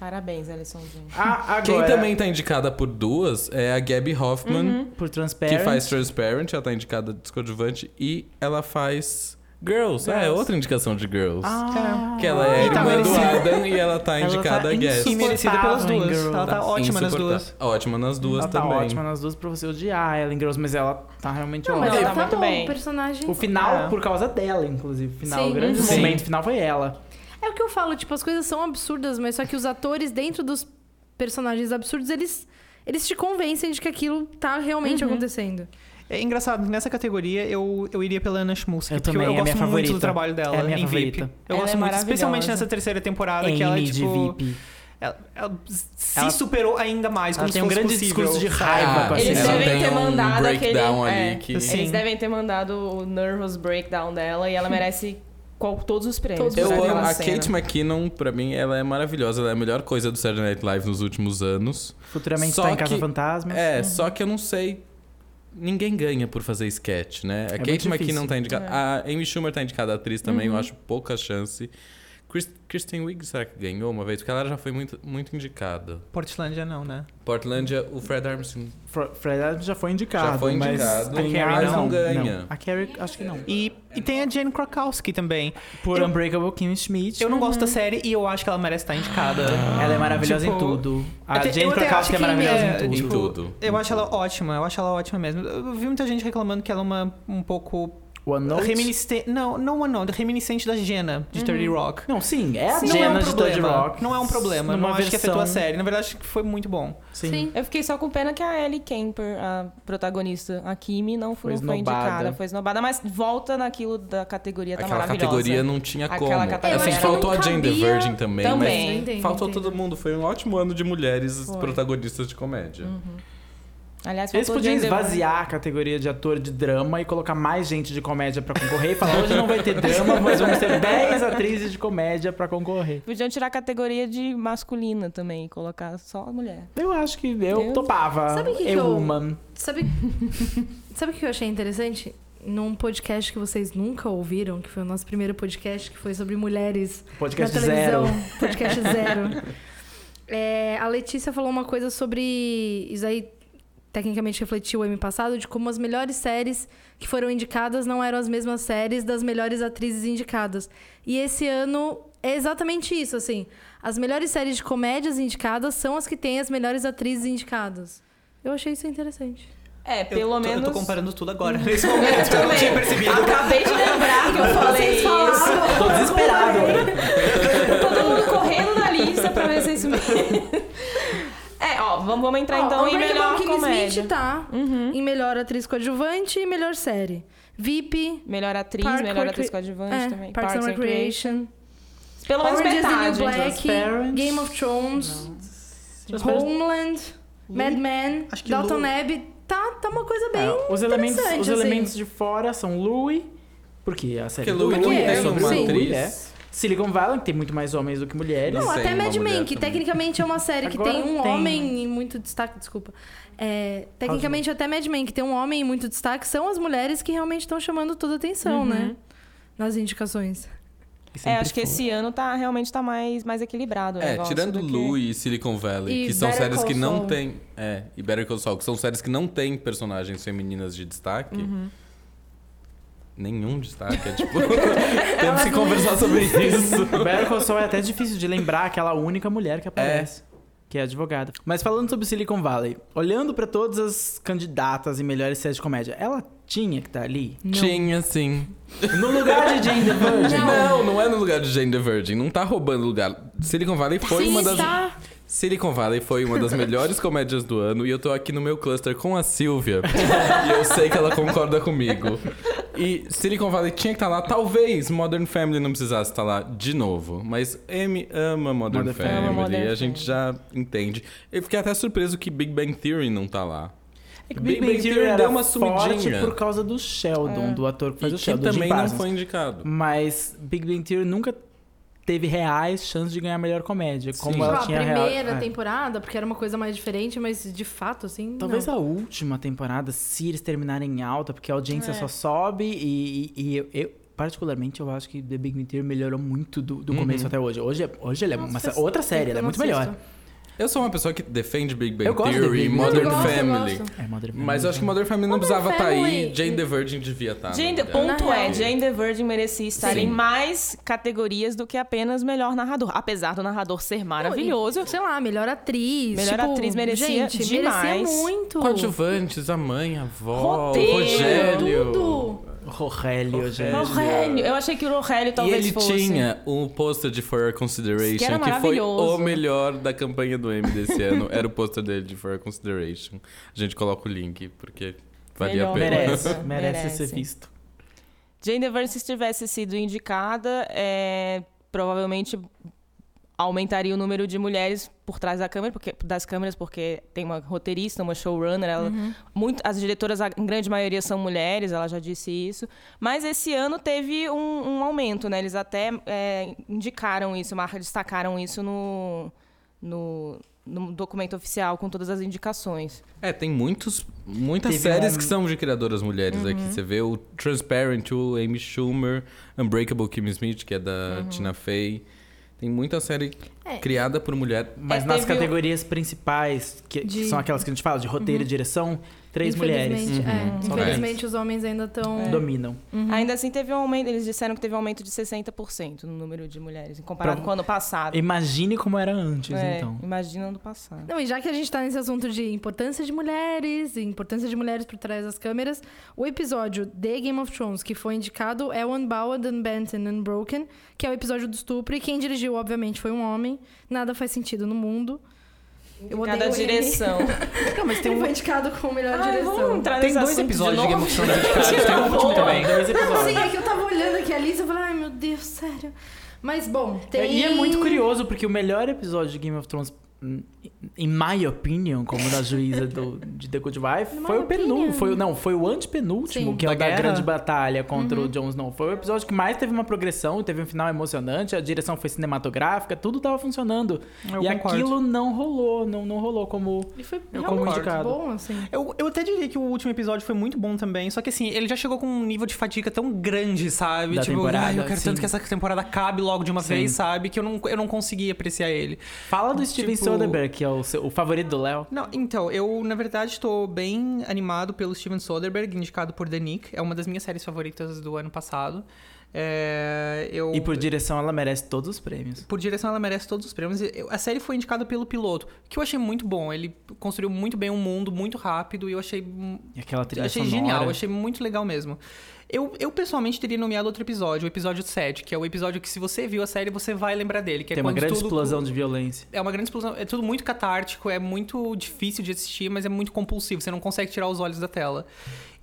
[SPEAKER 2] Parabéns, Alison Jane.
[SPEAKER 6] Ah,
[SPEAKER 3] A, agora,
[SPEAKER 4] Quem também tá indicada por duas é a Gabby Hoffman,
[SPEAKER 3] por
[SPEAKER 4] que
[SPEAKER 3] Transparent,
[SPEAKER 4] faz Transparent, ela tá indicada de coadjuvante, e ela faz Girls. Ah, é outra indicação de Girls.
[SPEAKER 3] Ah,
[SPEAKER 4] Que ela é
[SPEAKER 6] Ah, tá
[SPEAKER 4] irmã do
[SPEAKER 6] merecida.
[SPEAKER 4] Adam e ela tá
[SPEAKER 3] Ela tá
[SPEAKER 4] indicada a guest.
[SPEAKER 6] E Ah, merecida pelas
[SPEAKER 3] Insuportável em
[SPEAKER 6] duas.
[SPEAKER 3] Girls.
[SPEAKER 6] Ela tá ótima nas duas.
[SPEAKER 4] Insuportável. Ótima nas duas
[SPEAKER 3] ela tá
[SPEAKER 4] também.
[SPEAKER 3] ótima nas duas pra você odiar ela em Girls, mas ela tá realmente
[SPEAKER 5] Não, mas
[SPEAKER 3] ótima.
[SPEAKER 2] Não, tá
[SPEAKER 5] ela tá
[SPEAKER 2] muito
[SPEAKER 5] bom,
[SPEAKER 2] bem.
[SPEAKER 5] o personagem. tá
[SPEAKER 3] O final,
[SPEAKER 6] É.
[SPEAKER 3] por causa dela, inclusive. O final,
[SPEAKER 5] Sim.
[SPEAKER 3] o grande
[SPEAKER 5] Sim.
[SPEAKER 3] momento final foi ela.
[SPEAKER 5] É o que eu falo, tipo, as coisas são absurdas, mas só que os atores dentro dos personagens absurdos, eles, eles te convencem de que aquilo tá realmente acontecendo.
[SPEAKER 6] É engraçado, nessa categoria eu, eu iria pela Anna Schmusk,
[SPEAKER 3] Eu
[SPEAKER 6] porque
[SPEAKER 3] também,
[SPEAKER 6] eu,
[SPEAKER 3] é
[SPEAKER 6] gosto
[SPEAKER 3] minha
[SPEAKER 6] muito
[SPEAKER 3] favorita.
[SPEAKER 6] do trabalho dela
[SPEAKER 3] É a minha
[SPEAKER 6] em
[SPEAKER 3] favorita.
[SPEAKER 6] VIP. Eu
[SPEAKER 2] Ela
[SPEAKER 6] gosto
[SPEAKER 2] é
[SPEAKER 6] muito, especialmente
[SPEAKER 2] maravilhosa.
[SPEAKER 6] nessa terceira temporada,
[SPEAKER 3] Amy
[SPEAKER 6] que ela é
[SPEAKER 3] de
[SPEAKER 6] tipo.
[SPEAKER 3] VIP.
[SPEAKER 6] Ela, ela se
[SPEAKER 3] Ela-
[SPEAKER 6] superou ainda mais
[SPEAKER 3] ela
[SPEAKER 6] como
[SPEAKER 3] tem
[SPEAKER 6] se
[SPEAKER 3] um
[SPEAKER 6] fosse
[SPEAKER 3] grande
[SPEAKER 6] possível,
[SPEAKER 3] discurso de
[SPEAKER 4] Ah,
[SPEAKER 6] sabe?
[SPEAKER 3] raiva com a
[SPEAKER 2] Eles
[SPEAKER 3] Ela
[SPEAKER 2] devem
[SPEAKER 4] tem
[SPEAKER 2] ter
[SPEAKER 4] um
[SPEAKER 2] mandado aquele.
[SPEAKER 4] breakdown ali
[SPEAKER 2] é,
[SPEAKER 4] que-
[SPEAKER 2] Eles
[SPEAKER 6] Sim.
[SPEAKER 2] devem ter mandado o nervous breakdown dela e ela merece qual- todos os prêmios.
[SPEAKER 5] Todos
[SPEAKER 2] por
[SPEAKER 4] Eu
[SPEAKER 5] Sabe
[SPEAKER 2] aquela
[SPEAKER 4] amo. A
[SPEAKER 2] cena.
[SPEAKER 4] Kate McKinnon, pra mim, ela é maravilhosa. Ela é a melhor coisa do Saturday Night Live nos últimos anos.
[SPEAKER 3] Futuramente
[SPEAKER 4] Só
[SPEAKER 3] tá em Casa
[SPEAKER 4] que-
[SPEAKER 3] Fantasma.
[SPEAKER 4] É, só que eu não sei. Ninguém ganha por fazer sketch, né? A
[SPEAKER 3] É Uhum. muito
[SPEAKER 4] Kate McKinnon
[SPEAKER 3] difícil.
[SPEAKER 4] tá indicada. A Amy Schumer tá indicada atriz também, eu acho pouca chance. Chris- Kristen Wiig, será que ganhou uma vez? Porque ela já foi muito, muito indicada.
[SPEAKER 6] Portlandia não, né?
[SPEAKER 4] Portlandia, o Fred Armisen
[SPEAKER 3] Fre- Fred Adams já foi indicado.
[SPEAKER 4] Já foi indicado,
[SPEAKER 3] mas, a
[SPEAKER 6] mas
[SPEAKER 3] Carrie
[SPEAKER 6] não
[SPEAKER 4] ganha.
[SPEAKER 3] não. A Carrie, acho que não.
[SPEAKER 6] E, e tem a Jane Krakowski também.
[SPEAKER 3] Por
[SPEAKER 6] Eu-
[SPEAKER 3] Unbreakable Kim Schmidt.
[SPEAKER 6] Eu não gosto da série e eu acho que ela merece estar indicada.
[SPEAKER 3] Ela é maravilhosa
[SPEAKER 6] Tipo,
[SPEAKER 3] em tudo. A
[SPEAKER 6] até- eu
[SPEAKER 3] Jane
[SPEAKER 6] até acho
[SPEAKER 3] Krakowski é
[SPEAKER 6] que
[SPEAKER 3] maravilhosa
[SPEAKER 6] é,
[SPEAKER 3] em tudo.
[SPEAKER 4] em
[SPEAKER 6] tipo,
[SPEAKER 4] tudo.
[SPEAKER 6] Eu acho ela ótima, eu acho ela ótima mesmo. Eu vi muita gente reclamando que ela é uma um pouco
[SPEAKER 3] One Note.
[SPEAKER 6] reminiscente, não, não é não, reminiscente da Jenna
[SPEAKER 2] Uhum.
[SPEAKER 6] de 30 Rock.
[SPEAKER 3] Não, sim, é a
[SPEAKER 6] Sim,
[SPEAKER 3] Jenna
[SPEAKER 6] não é um
[SPEAKER 3] de
[SPEAKER 6] problema.
[SPEAKER 3] Third Rock.
[SPEAKER 6] Não é um problema,
[SPEAKER 3] Numa
[SPEAKER 6] não acho que afetou a
[SPEAKER 3] versão-
[SPEAKER 6] série. Na verdade, acho que foi muito bom.
[SPEAKER 3] Sim.
[SPEAKER 5] Sim.
[SPEAKER 2] Eu fiquei só com pena que a Ellie Kemper, a protagonista, a Kimi, não foi,
[SPEAKER 3] Foi
[SPEAKER 2] não foi
[SPEAKER 3] esnobada.
[SPEAKER 2] indicada, foi esnobada, mas volta naquilo da categoria tá
[SPEAKER 4] Aquela
[SPEAKER 2] maravilhosa.
[SPEAKER 4] categoria não tinha
[SPEAKER 2] Aquela
[SPEAKER 4] como.
[SPEAKER 2] categoria
[SPEAKER 4] Assim,
[SPEAKER 5] era-
[SPEAKER 4] faltou
[SPEAKER 5] Eu
[SPEAKER 4] a
[SPEAKER 5] acho que
[SPEAKER 4] Jane
[SPEAKER 5] não
[SPEAKER 4] the
[SPEAKER 5] cabia
[SPEAKER 4] Virgem também,
[SPEAKER 2] também.
[SPEAKER 5] Eu entendo,
[SPEAKER 4] mas faltou
[SPEAKER 5] entendo.
[SPEAKER 4] todo mundo. Foi um ótimo ano de mulheres
[SPEAKER 2] Foi.
[SPEAKER 4] protagonistas de comédia.
[SPEAKER 2] Aliás,
[SPEAKER 3] Eles
[SPEAKER 2] faltou né? Jane
[SPEAKER 3] podiam
[SPEAKER 2] the Virgin.
[SPEAKER 3] esvaziar a categoria de ator de drama e colocar mais gente de comédia pra concorrer e falar: hoje não vai ter drama, mas vamos ter 10 atrizes de comédia pra concorrer.
[SPEAKER 2] Podiam tirar a categoria de masculina também e colocar só a mulher.
[SPEAKER 3] Eu acho que eu,
[SPEAKER 2] Eu-
[SPEAKER 3] topava.
[SPEAKER 5] Sabe o que que
[SPEAKER 3] eu,
[SPEAKER 5] eu-
[SPEAKER 3] Woman.
[SPEAKER 5] Sabe, sabe o que eu achei interessante? Num podcast que vocês nunca ouviram, que foi o nosso primeiro podcast, que foi sobre mulheres
[SPEAKER 3] Podcast
[SPEAKER 5] na televisão.
[SPEAKER 3] zero.
[SPEAKER 5] Podcast zero. É, a Letícia falou uma coisa sobre. Isso aí tecnicamente refletiu o M passado, de como as melhores séries que foram indicadas não eram as mesmas séries das melhores atrizes indicadas. E esse ano é exatamente isso, assim. As melhores séries de comédias indicadas são as que têm as melhores atrizes indicadas. Eu achei isso interessante.
[SPEAKER 2] É,
[SPEAKER 6] Eu
[SPEAKER 2] pelo
[SPEAKER 6] tô-
[SPEAKER 2] menos. Uhum.
[SPEAKER 6] eu tô comparando tudo agora. Nesse
[SPEAKER 2] Eu
[SPEAKER 6] momento, eu não
[SPEAKER 2] também.
[SPEAKER 6] tinha percebido.
[SPEAKER 2] Acabei de lembrar que eu falei isso.
[SPEAKER 3] Tô desesperado.
[SPEAKER 2] Todo mundo correndo na lista pra ver se é isso mesmo. É, ó, vamos, vamos entrar então em
[SPEAKER 5] Unbreakable
[SPEAKER 2] melhor
[SPEAKER 5] Kimmy
[SPEAKER 2] comédia.
[SPEAKER 5] Smith tá
[SPEAKER 3] Uhum.
[SPEAKER 5] em melhor atriz coadjuvante e melhor série. VIP,
[SPEAKER 2] Melhor atriz,
[SPEAKER 5] Park
[SPEAKER 2] melhor
[SPEAKER 5] Recre-
[SPEAKER 2] atriz coadjuvante
[SPEAKER 5] é,
[SPEAKER 2] também.
[SPEAKER 5] Parks and Recreation,
[SPEAKER 2] Pelo menos
[SPEAKER 5] Orange is
[SPEAKER 2] metade.
[SPEAKER 5] the New
[SPEAKER 2] gente.
[SPEAKER 5] Black,
[SPEAKER 3] Transparent.
[SPEAKER 5] Game of Thrones, Homeland, Mad Men,
[SPEAKER 6] Acho que
[SPEAKER 5] Dalton
[SPEAKER 6] Lu-
[SPEAKER 5] Abbey. Tá, tá uma coisa bem
[SPEAKER 3] É, os elementos,
[SPEAKER 5] interessante,
[SPEAKER 3] os
[SPEAKER 5] assim.
[SPEAKER 3] elementos de fora são Louie, porque a série
[SPEAKER 4] Porque Louie
[SPEAKER 5] não
[SPEAKER 3] é
[SPEAKER 5] tem
[SPEAKER 3] sobre
[SPEAKER 5] uma
[SPEAKER 3] Louie,
[SPEAKER 4] atriz.
[SPEAKER 3] é. Silicon Valley, que tem muito mais homens do que mulheres.
[SPEAKER 5] Não,
[SPEAKER 4] Sem
[SPEAKER 5] até
[SPEAKER 4] uma
[SPEAKER 5] Mad
[SPEAKER 4] mulher
[SPEAKER 5] Men, que
[SPEAKER 4] também.
[SPEAKER 5] tecnicamente é uma série que
[SPEAKER 3] Agora
[SPEAKER 5] tem um
[SPEAKER 3] tem.
[SPEAKER 5] homem e muito destaque, desculpa. É, tecnicamente, até Mad Men, que tem um homem e muito destaque, são as mulheres que realmente estão chamando toda a atenção,
[SPEAKER 3] Uhum.
[SPEAKER 5] né? Nas indicações.
[SPEAKER 3] E sempre
[SPEAKER 2] É, acho que
[SPEAKER 3] foi.
[SPEAKER 2] esse ano tá, realmente tá mais, mais equilibrado. o
[SPEAKER 4] É,
[SPEAKER 2] negócio
[SPEAKER 4] tirando
[SPEAKER 2] do que-
[SPEAKER 4] Louie e Silicon Valley,
[SPEAKER 5] E
[SPEAKER 4] que são
[SPEAKER 5] Better
[SPEAKER 4] séries que
[SPEAKER 5] Call
[SPEAKER 4] não
[SPEAKER 5] Saul.
[SPEAKER 4] têm. É, e Better Call Saul, que são séries que não têm personagens femininas de destaque. Nenhum destaque. É tipo. temos que conversar sobre isso.
[SPEAKER 3] Better Call Saul é até difícil de lembrar aquela única mulher que aparece. Que é advogada. Mas falando sobre Silicon Valley, olhando pra todas as candidatas e melhores séries de comédia, ela tinha que estar ali?
[SPEAKER 4] Tinha, sim.
[SPEAKER 3] No lugar de Jane the Virgin?
[SPEAKER 4] Não, não é no lugar de Jane the Virgin. Não tá roubando lugar. Silicon Valley foi uma das.
[SPEAKER 5] Está
[SPEAKER 4] Silicon Valley foi uma das melhores comédias do ano e eu tô aqui no meu cluster com a Silvia. e eu sei que ela concorda comigo. E Silicon Valley tinha que estar lá. Talvez Modern Family não precisasse estar lá de novo. Mas Amy ama Modern,
[SPEAKER 3] Modern
[SPEAKER 4] Family.
[SPEAKER 3] Family.
[SPEAKER 2] Ama Modern
[SPEAKER 4] a gente já entende. Eu fiquei até surpreso que Big Bang Theory não tá lá.
[SPEAKER 3] É que Big Bang Theory
[SPEAKER 4] deu
[SPEAKER 3] era
[SPEAKER 4] uma
[SPEAKER 3] forte
[SPEAKER 4] sumidinha.
[SPEAKER 3] por causa do Sheldon, do ator que faz
[SPEAKER 4] e
[SPEAKER 3] o
[SPEAKER 4] que
[SPEAKER 3] Sheldon, Jim
[SPEAKER 4] também não
[SPEAKER 3] Parsons.
[SPEAKER 4] foi indicado.
[SPEAKER 3] Mas Big Bang Theory nunca teve reais chances de ganhar a melhor comédia. Como
[SPEAKER 4] Sim.
[SPEAKER 3] ela
[SPEAKER 5] Tipo, a
[SPEAKER 3] tinha
[SPEAKER 5] primeira
[SPEAKER 3] real... é.
[SPEAKER 5] temporada, porque era uma coisa mais diferente, mas de fato, assim.
[SPEAKER 3] Talvez
[SPEAKER 5] não.
[SPEAKER 3] a última temporada, se eles terminarem em alta, porque a audiência
[SPEAKER 2] É.
[SPEAKER 3] só sobe e, e- e eu, eu, particularmente, eu acho que The Big Bang Theory melhorou muito do,
[SPEAKER 4] Uhum.
[SPEAKER 3] do começo até hoje. Hoje, é- hoje ela é
[SPEAKER 5] Nossa,
[SPEAKER 3] uma
[SPEAKER 5] faz
[SPEAKER 3] sé- outra
[SPEAKER 5] tempo que né?
[SPEAKER 3] série,
[SPEAKER 5] eu
[SPEAKER 3] ela é
[SPEAKER 5] não
[SPEAKER 3] muito melhor.
[SPEAKER 5] assisto.
[SPEAKER 4] Eu sou uma pessoa que defende Big Bang
[SPEAKER 3] Eu gosto de
[SPEAKER 4] Theory,
[SPEAKER 3] Big Bang
[SPEAKER 4] Modern
[SPEAKER 5] Eu gosto, eu
[SPEAKER 4] Family.
[SPEAKER 5] gosto.
[SPEAKER 3] É, Modern
[SPEAKER 4] Mas eu acho que Modern Family não
[SPEAKER 5] Modern
[SPEAKER 4] precisava estar aí.
[SPEAKER 5] Family-
[SPEAKER 4] Jane the Virgin devia tá, né, estar.
[SPEAKER 2] Jane,
[SPEAKER 4] no
[SPEAKER 2] the-
[SPEAKER 4] lugar.
[SPEAKER 2] ponto
[SPEAKER 5] Na
[SPEAKER 2] é,
[SPEAKER 5] real.
[SPEAKER 2] Jane the Virgin merecia estar
[SPEAKER 4] Sim.
[SPEAKER 2] em mais categorias do que apenas melhor narrador. Apesar do narrador ser maravilhoso,
[SPEAKER 5] Não, e, sei lá, melhor atriz.
[SPEAKER 2] Melhor
[SPEAKER 5] tipo,
[SPEAKER 2] atriz merecia
[SPEAKER 5] gente,
[SPEAKER 2] demais.
[SPEAKER 5] merecia muito.
[SPEAKER 4] Coadjuvantes, a mãe, a avó,
[SPEAKER 2] Roteiro,
[SPEAKER 4] o Rogério.
[SPEAKER 5] Tudo.
[SPEAKER 3] é um Rogério, gente.
[SPEAKER 2] Rogério. Eu achei que o Rogério
[SPEAKER 4] É, E
[SPEAKER 2] talvez
[SPEAKER 4] ele
[SPEAKER 2] fosse.
[SPEAKER 4] tinha um pôster de For Your Consideration
[SPEAKER 2] Que era
[SPEAKER 4] que, foi o
[SPEAKER 2] maravilhoso.
[SPEAKER 4] melhor da campanha do M desse ano. Era o pôster dele de For Your Consideration. A gente coloca o link porque valia
[SPEAKER 2] Melhor.
[SPEAKER 4] a pena.
[SPEAKER 3] Merece, merece,
[SPEAKER 2] Merece.
[SPEAKER 3] ser visto.
[SPEAKER 2] Jane the Virgin, se tivesse sido indicada, é, provavelmente aumentaria o número de mulheres por trás da câmera, porque, das câmeras, porque tem uma roteirista, uma showrunner, ela, muito, as diretoras, a grande maioria são mulheres, ela já disse isso. Mas esse ano teve um, um aumento, né? Eles até é, indicaram isso, marca destacaram isso no, no, no documento oficial com todas as indicações.
[SPEAKER 4] É, tem muitos, muitas
[SPEAKER 3] Teve
[SPEAKER 4] séries
[SPEAKER 3] um-
[SPEAKER 4] que são de criadoras mulheres aqui.
[SPEAKER 5] Uhum.
[SPEAKER 4] Você vê o Transparent, o Amy Schumer, Unbreakable Kim Smith, que é
[SPEAKER 5] Uhum.
[SPEAKER 4] da Tina Fey. Tem muita série
[SPEAKER 5] É.
[SPEAKER 4] criada por mulher.
[SPEAKER 3] Mas
[SPEAKER 2] É,
[SPEAKER 3] nas
[SPEAKER 2] teve o-
[SPEAKER 3] categorias principais, que, que
[SPEAKER 5] De-
[SPEAKER 3] são aquelas que a gente fala, de roteiro e direção, três mulheres
[SPEAKER 5] Infelizmente, é.
[SPEAKER 4] Uhum. Só
[SPEAKER 5] Infelizmente, os homens ainda
[SPEAKER 2] É.
[SPEAKER 5] estão.
[SPEAKER 3] dominam.
[SPEAKER 2] Ainda assim, teve um aumento, eles disseram que teve um aumento de 60% no número de mulheres, em comparado
[SPEAKER 3] Pra-
[SPEAKER 2] com o ano passado.
[SPEAKER 3] Imagine como era antes,
[SPEAKER 2] É,
[SPEAKER 3] então.
[SPEAKER 2] Imagina ano passado.
[SPEAKER 5] Não, e já que a gente tá nesse assunto de importância de mulheres, e importância de mulheres por trás das câmeras, o episódio de Game of Thrones que foi indicado é o Unbound, Unbent and Unbroken, que é o episódio do estupro, e quem dirigiu, obviamente, foi um homem. Nada faz sentido no mundo. Eu odeio
[SPEAKER 2] Cada
[SPEAKER 5] ele.
[SPEAKER 2] direção.
[SPEAKER 5] Não, mas tem um... Ele foi indicado como melhor
[SPEAKER 2] Ai,
[SPEAKER 5] direção.
[SPEAKER 2] vamos entrar
[SPEAKER 6] Tem
[SPEAKER 2] nesse
[SPEAKER 6] dois
[SPEAKER 2] assunto
[SPEAKER 6] episódios de
[SPEAKER 2] de
[SPEAKER 6] Game
[SPEAKER 2] novo?
[SPEAKER 6] of Thrones indicados, tem um último também.
[SPEAKER 3] Dois
[SPEAKER 5] Não, sim,
[SPEAKER 3] episódios.
[SPEAKER 5] é que eu tava olhando aqui a lista e falei, ai meu Deus, sério. Mas bom, tem.
[SPEAKER 3] E é muito curioso, porque o melhor episódio de Game of Thrones, hum, in my opinion, como da juíza do, de The Good Wife,
[SPEAKER 5] In
[SPEAKER 3] foi
[SPEAKER 5] my
[SPEAKER 3] o penúltimo.
[SPEAKER 5] opinion.
[SPEAKER 3] Foi, o- não, foi o antepenúltimo,
[SPEAKER 5] Sim.
[SPEAKER 3] que é o
[SPEAKER 6] Da
[SPEAKER 3] da
[SPEAKER 6] guerra.
[SPEAKER 3] grande batalha contra
[SPEAKER 6] Uhum.
[SPEAKER 3] o Jon Snow. Foi o episódio que mais teve uma progressão, teve um final emocionante, a direção foi cinematográfica, tudo tava funcionando.
[SPEAKER 6] Eu
[SPEAKER 3] e
[SPEAKER 6] concordo.
[SPEAKER 3] aquilo não rolou, não, não rolou como...
[SPEAKER 5] Ele foi
[SPEAKER 3] Eu
[SPEAKER 5] realmente
[SPEAKER 3] concordo.
[SPEAKER 5] muito bom, assim.
[SPEAKER 6] Eu, eu até diria que o último episódio foi muito bom também, só que assim, ele já chegou com um nível de fadiga tão grande, sabe?
[SPEAKER 3] Da
[SPEAKER 6] tipo,
[SPEAKER 3] temporada,
[SPEAKER 6] ai, eu quero
[SPEAKER 3] sim.
[SPEAKER 6] tanto que essa temporada acabe logo de uma
[SPEAKER 3] Sim.
[SPEAKER 6] vez, sabe? Que eu não, eu não consegui apreciar ele.
[SPEAKER 3] Fala do Steven
[SPEAKER 6] Tipo-
[SPEAKER 3] Soderbergh, que é o, seu- o favorito do Léo.
[SPEAKER 6] Não, então, eu, na verdade, tô bem animado pelo Steven Soderbergh, indicado por The Nick. É uma das minhas séries favoritas do ano passado. É, eu...
[SPEAKER 3] E por direção, ela merece todos os prêmios.
[SPEAKER 6] Por direção, ela merece todos os prêmios. Eu- A série foi indicada pelo piloto, que eu achei muito bom. Ele construiu muito bem um mundo, muito rápido, e eu achei.
[SPEAKER 3] E aquela trilha
[SPEAKER 6] achei
[SPEAKER 3] sonora.
[SPEAKER 6] genial, achei muito legal mesmo. Eu, eu pessoalmente teria nomeado outro episódio, o episódio 7, que é o episódio que, se você viu a série, você vai lembrar dele. Que é
[SPEAKER 3] Tem uma
[SPEAKER 6] quando
[SPEAKER 3] grande
[SPEAKER 6] tudo-
[SPEAKER 3] explosão de violência.
[SPEAKER 6] É uma grande explosão. É tudo muito catártico, é muito difícil de assistir, mas é muito compulsivo. Você não consegue tirar os olhos da tela.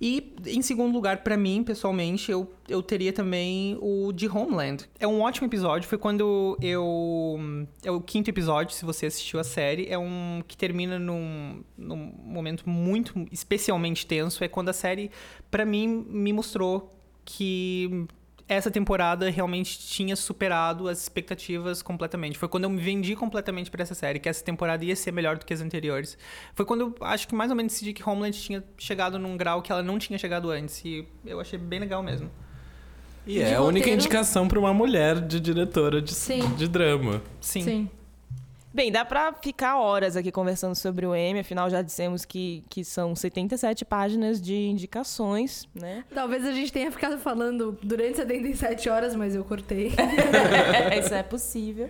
[SPEAKER 6] E, em segundo lugar, pra mim, pessoalmente, eu, eu teria também o de Homeland. É um ótimo episódio. Foi quando eu. É o quinto episódio, se você assistiu a série. É um que termina num, num momento muito especialmente tenso. É quando a série, pra mim, me mostrou que essa temporada realmente tinha superado as expectativas completamente. Foi quando eu me vendi completamente pra essa série, que essa temporada ia ser melhor do que as anteriores. Foi quando eu acho que mais ou menos decidi que Homeland tinha chegado num grau que ela não tinha chegado antes. E eu achei bem legal mesmo.
[SPEAKER 4] E
[SPEAKER 5] De
[SPEAKER 4] é a única
[SPEAKER 5] roteiro.
[SPEAKER 4] indicação pra uma mulher de diretora de,
[SPEAKER 5] Sim.
[SPEAKER 4] de drama.
[SPEAKER 6] Sim.
[SPEAKER 2] Bem, dá pra ficar horas aqui conversando sobre o M, afinal já dissemos que, que são 77 páginas de indicações, né?
[SPEAKER 5] Talvez a gente tenha ficado falando durante 77 horas, mas eu cortei.
[SPEAKER 2] Isso é possível.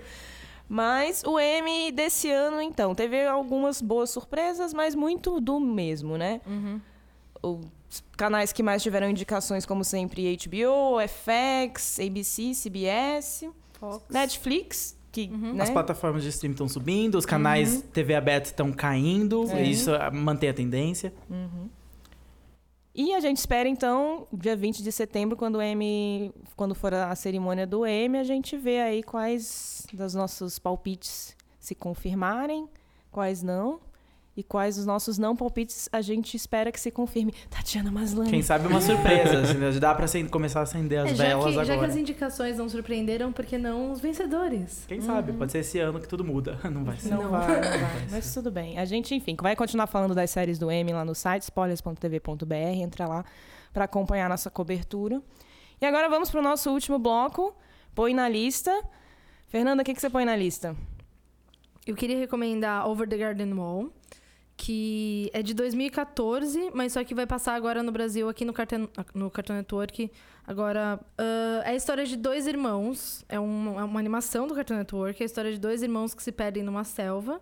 [SPEAKER 2] Mas o M desse ano, então, teve algumas boas surpresas, mas muito do mesmo, né? Os canais que mais tiveram indicações, como sempre, HBO, FX, ABC, CBS,
[SPEAKER 3] Né,
[SPEAKER 2] Netflix, que. Né?
[SPEAKER 3] As plataformas de streaming estão subindo, os canais
[SPEAKER 6] Uhum.
[SPEAKER 3] TV aberta estão caindo,
[SPEAKER 6] É.
[SPEAKER 2] Sim.
[SPEAKER 3] isso ah, mantém a tendência.
[SPEAKER 2] E a gente espera, então, dia 20 de setembro, quando o M. Quando for a cerimônia do M, a gente vê aí quais dos nossos palpites se confirmarem, quais não. E quais os nossos não palpites a gente espera que se confirme. Tatiana
[SPEAKER 6] Uhum.
[SPEAKER 2] Maslany.
[SPEAKER 3] Quem sabe é uma surpresa, assim, né? dá pra acen- começar a acender as
[SPEAKER 5] É, já,
[SPEAKER 3] velas
[SPEAKER 5] que, já que
[SPEAKER 3] agora.
[SPEAKER 5] as indicações não surpreenderam, por que não os vencedores?
[SPEAKER 3] Quem sabe, pode ser esse ano que tudo muda. Não vai ser.
[SPEAKER 2] Não, vai, não vai. Mas tudo bem. A gente, enfim, vai continuar falando das séries do M lá no site, spoilers.tv.br. Entra lá para acompanhar a nossa cobertura. E agora vamos para o nosso último bloco. Põe na lista. Fernanda, o que, que você põe na lista?
[SPEAKER 5] Eu queria recomendar Over the Garden Wall, que é de 2014, mas só que vai passar agora no Brasil, aqui no Cartoon, no Cartoon Network. Agora, ah, é a história de dois irmãos, é uma, é uma animação do Cartoon Network, é a história de dois irmãos que se perdem numa selva.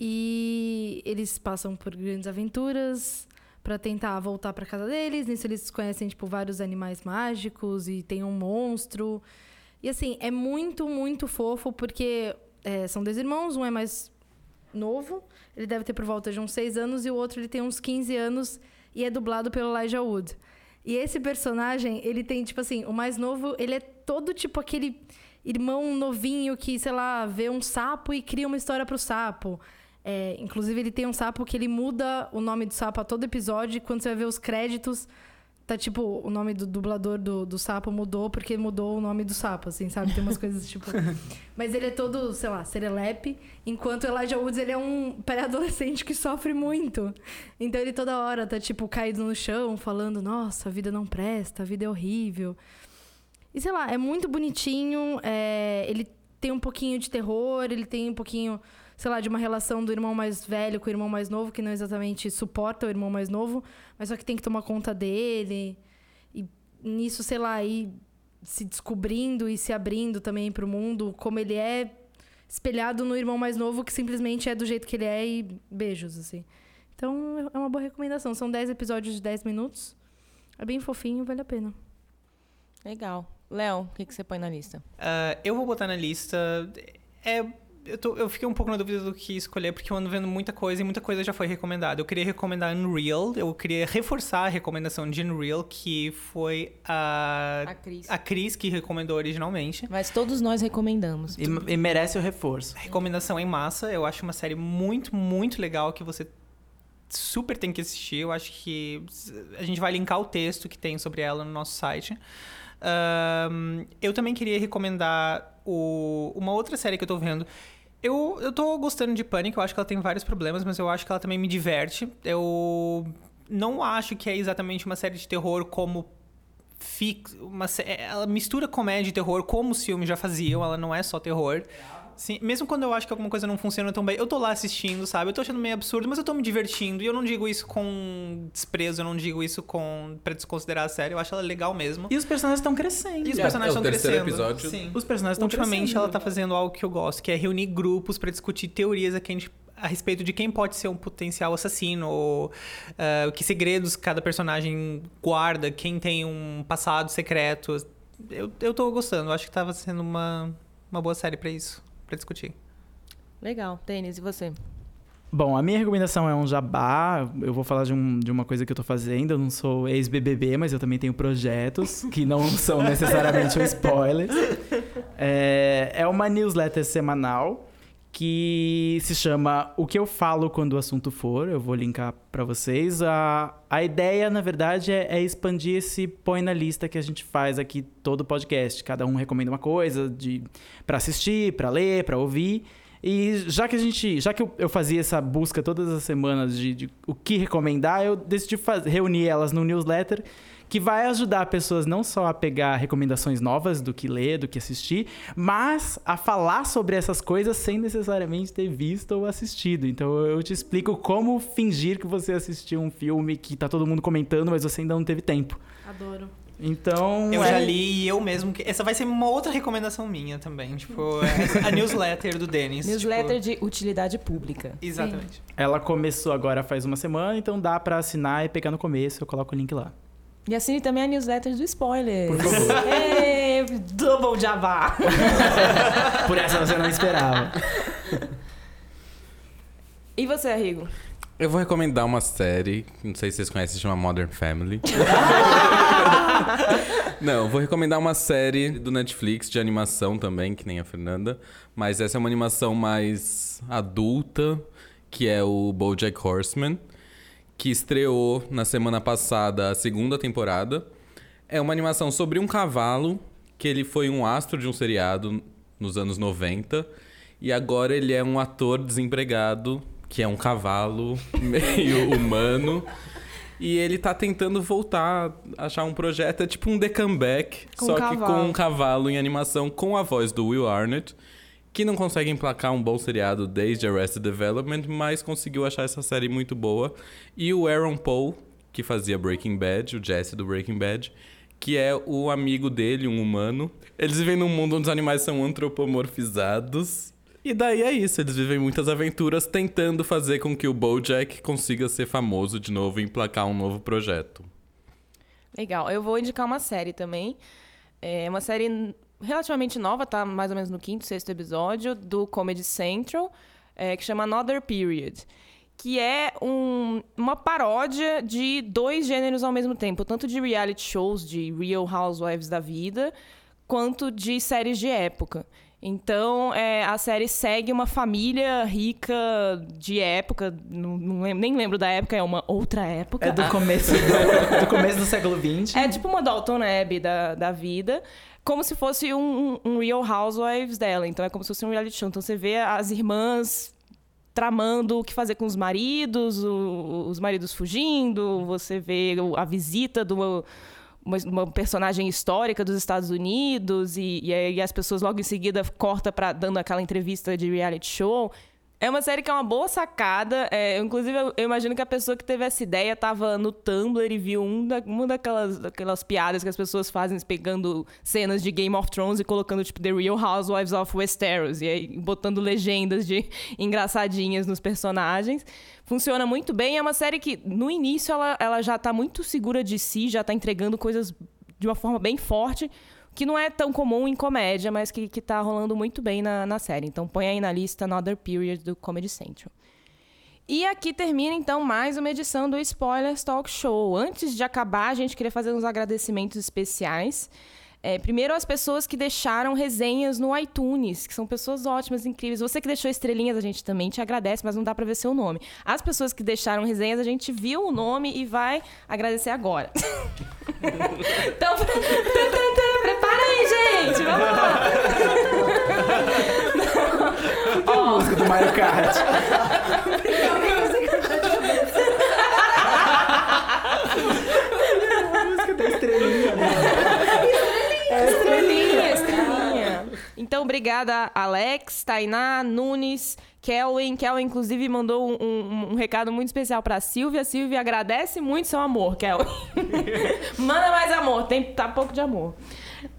[SPEAKER 5] E eles passam por grandes aventuras pra tentar voltar pra casa deles. Nisso eles conhecem, tipo, vários animais mágicos e tem um monstro. E assim, é muito, muito fofo, porque é, são dois irmãos, um é mais novo, ele deve ter por volta de uns seis anos, e o outro ele tem uns 15 anos e é dublado pelo Elijah Wood. E esse personagem, ele tem, tipo assim, o mais novo, ele é todo tipo aquele irmão novinho que, sei lá, vê um sapo e cria uma história pro sapo. É, inclusive, ele tem um sapo que ele muda o nome do sapo a todo episódio. E quando você vai ver os créditos, tá tipo, o nome do dublador do, do sapo mudou porque mudou o nome do sapo, assim, sabe? Tem umas coisas tipo. Mas ele é todo, sei lá, serelepe. Enquanto Elijah Woods, ele é um pré-adolescente que sofre muito. Então ele toda hora tá, tipo, caído no chão, falando: Nossa, a vida não presta, a vida é horrível. E sei lá, é muito bonitinho. é, Ele tem um pouquinho de terror, ele tem um pouquinho, sei lá, de uma relação do irmão mais velho com o irmão mais novo, que não exatamente suporta o irmão mais novo, mas só que tem que tomar conta dele. E nisso, sei lá, aí se descobrindo e se abrindo também pro mundo, como ele é espelhado no irmão mais novo, que simplesmente é do jeito que ele é e beijos, assim. Então é uma boa recomendação. São 10 episódios de 10 minutos. É bem fofinho, vale a pena.
[SPEAKER 2] Legal. Léo, o que, que você põe na lista?
[SPEAKER 6] Ah, eu vou botar na lista. É. Eu, tô- eu fiquei um pouco na dúvida do que escolher, porque eu ando vendo muita coisa e muita coisa já foi recomendada. Eu queria recomendar Unreal, eu queria reforçar a recomendação de Unreal, que foi a,
[SPEAKER 2] A Cris.
[SPEAKER 6] É. a Cris que recomendou originalmente.
[SPEAKER 2] Mas todos nós recomendamos.
[SPEAKER 3] E, e merece o reforço.
[SPEAKER 6] Recomendação em massa, eu acho uma série muito, muito legal que você super tem que assistir. Eu acho que a gente vai linkar o texto que tem sobre ela no nosso site. Ahn, eu também queria recomendar o- uma outra série que eu tô vendo. Eu, eu tô gostando de Pânico, eu acho que ela tem vários problemas, mas eu acho que ela também me diverte. Eu não acho que é exatamente uma série de terror como fix, uma, sé- é, ela mistura comédia e terror como os filmes já faziam, ela não é só terror. Sim, mesmo quando eu acho que alguma coisa não funciona tão bem, eu tô lá assistindo, sabe? Eu tô achando meio absurdo, mas eu tô me divertindo. E eu não digo isso com desprezo, eu não digo isso com pra desconsiderar a série. Eu acho ela legal mesmo.
[SPEAKER 3] E os personagens estão crescendo.
[SPEAKER 6] E os
[SPEAKER 4] É,
[SPEAKER 6] personagens
[SPEAKER 4] é o
[SPEAKER 6] estão
[SPEAKER 4] terceiro
[SPEAKER 6] crescendo. né?
[SPEAKER 4] episódio.
[SPEAKER 6] Sim.
[SPEAKER 3] Os personagens estão
[SPEAKER 6] Ultimamente
[SPEAKER 3] crescendo.
[SPEAKER 6] ela tá fazendo algo que eu gosto, que é reunir grupos pra discutir teorias a, quem, a respeito de quem pode ser um potencial assassino, ou ah, que segredos cada personagem guarda, quem tem um passado secreto. Eu, eu tô gostando, acho que tava sendo uma, uma boa série pra isso, pra discutir.
[SPEAKER 2] Legal. Tênis, e você?
[SPEAKER 3] Bom, a minha recomendação é um jabá. Eu vou falar de, um- de uma coisa que eu tô fazendo. Eu não sou ex-BBB, mas eu também tenho projetos que não são necessariamente um spoiler. É, é uma newsletter semanal que se chama O que eu falo quando o assunto for. Eu vou linkar pra vocês. A, a ideia, na verdade, é, é expandir esse põe na lista que a gente faz aqui todo podcast. Cada um recomenda uma coisa de para assistir, pra ler, pra ouvir. E já que a gente, já que eu, eu fazia essa busca todas as semanas de, de o que recomendar, eu decidi faz- reunir elas num newsletter que vai ajudar pessoas não só a pegar recomendações novas do que ler, do que assistir, mas a falar sobre essas coisas sem necessariamente ter visto ou assistido. Então eu te explico como fingir que você assistiu um filme que tá todo mundo comentando, mas você ainda não teve tempo.
[SPEAKER 5] Adoro.
[SPEAKER 3] Então
[SPEAKER 6] Eu
[SPEAKER 3] é-
[SPEAKER 6] já li e eu mesmo. que- Essa vai ser uma outra recomendação minha também. Tipo, é a newsletter do Denis.
[SPEAKER 2] Newsletter
[SPEAKER 6] tipo,
[SPEAKER 2] de utilidade pública.
[SPEAKER 6] Exatamente.
[SPEAKER 3] ela começou agora faz uma semana, então dá pra assinar e pegar no começo, eu coloco o link lá.
[SPEAKER 2] E assine também a newsletter do spoiler. Por favor. Ê, double Java.
[SPEAKER 3] Por essa você não esperava.
[SPEAKER 2] E você, Rigo?
[SPEAKER 4] Eu vou recomendar uma série, não sei se vocês conhecem, chama Modern Family. não, vou recomendar uma série do Netflix de animação também, que nem a Fernanda, mas essa é uma animação mais adulta, que é o BoJack Horseman, que estreou na semana passada a segunda temporada. É uma animação sobre um cavalo, que ele foi um astro de um seriado nos anos 90. E agora ele é um ator desempregado, que é um cavalo meio humano. E ele tá tentando voltar, achar um projeto. É tipo um The Comeback,
[SPEAKER 2] Com
[SPEAKER 4] só
[SPEAKER 2] um
[SPEAKER 4] que
[SPEAKER 2] cavalo.
[SPEAKER 4] com um cavalo em animação, com a voz do Will Arnett, que não consegue emplacar um bom seriado desde Arrested Development, mas conseguiu achar essa série muito boa. E o Aaron Paul, que fazia Breaking Bad, o Jesse do Breaking Bad, que é o amigo dele, um humano. Eles vivem num mundo onde os animais são antropomorfizados. E daí é isso, eles vivem muitas aventuras tentando fazer com que o BoJack consiga ser famoso de novo e emplacar um novo projeto.
[SPEAKER 2] Legal. Eu vou indicar uma série também. É uma série n- relativamente nova, tá mais ou menos no quinto, sexto episódio, do Comedy Central, é, que chama Another Period. Que é um- uma paródia de dois gêneros ao mesmo tempo, tanto de reality shows, de Real Housewives da vida, quanto de séries de época. Então, é, a série segue uma família rica de época, não, não lem- nem lembro da época, é uma outra época. Ah,
[SPEAKER 3] É do começo do, do começo do século XX.
[SPEAKER 2] É tipo uma Dalton Abbey da, da vida, como se fosse um, um Real Housewives dela. Então é como se fosse um reality show. Então você vê as irmãs tramando o que fazer com os maridos, o- os maridos fugindo, você vê o- a visita de uma, uma- uma personagem histórica dos Estados Unidos e, e aí as pessoas logo em seguida corta para dando aquela entrevista de reality show. É uma série que é uma boa sacada. é, eu, inclusive, eu, eu imagino que a pessoa que teve essa ideia tava no Tumblr e viu um da- uma daquelas, daquelas piadas que as pessoas fazem pegando cenas de Game of Thrones e colocando, tipo, The Real Housewives of Westeros. E aí botando legendas de engraçadinhas nos personagens. Funciona muito bem. É uma série que, no início, ela, ela já tá muito segura de si, já tá entregando coisas de uma forma bem forte. Que não é tão comum em comédia, mas que, que tá rolando muito bem na, na série. Então põe aí na lista Another Period do Comedy Central. E aqui termina, então, mais uma edição do Spoilers Talk Show. Antes de acabar, a gente queria fazer uns agradecimentos especiais. É, primeiro, as pessoas que deixaram resenhas no iTunes, que são pessoas ótimas, incríveis. Você que deixou estrelinhas, a gente também te agradece, mas não dá pra ver seu nome. As pessoas que deixaram resenhas, a gente viu o nome e vai agradecer agora. então, pre- pre- pre- prepara aí, gente! Vamos lá!
[SPEAKER 3] Ó a música do Mario Kart. a música da estrelinha, né?
[SPEAKER 2] Estrelinha, estrelinha. Então, obrigada, Alex, Tainá, Nunes, Kelwin. Kelwin, inclusive, mandou um, um- um recado muito especial pra Silvia. Silvia agradece muito seu amor, Kelwin. Manda mais amor, tem, tá pouco de amor.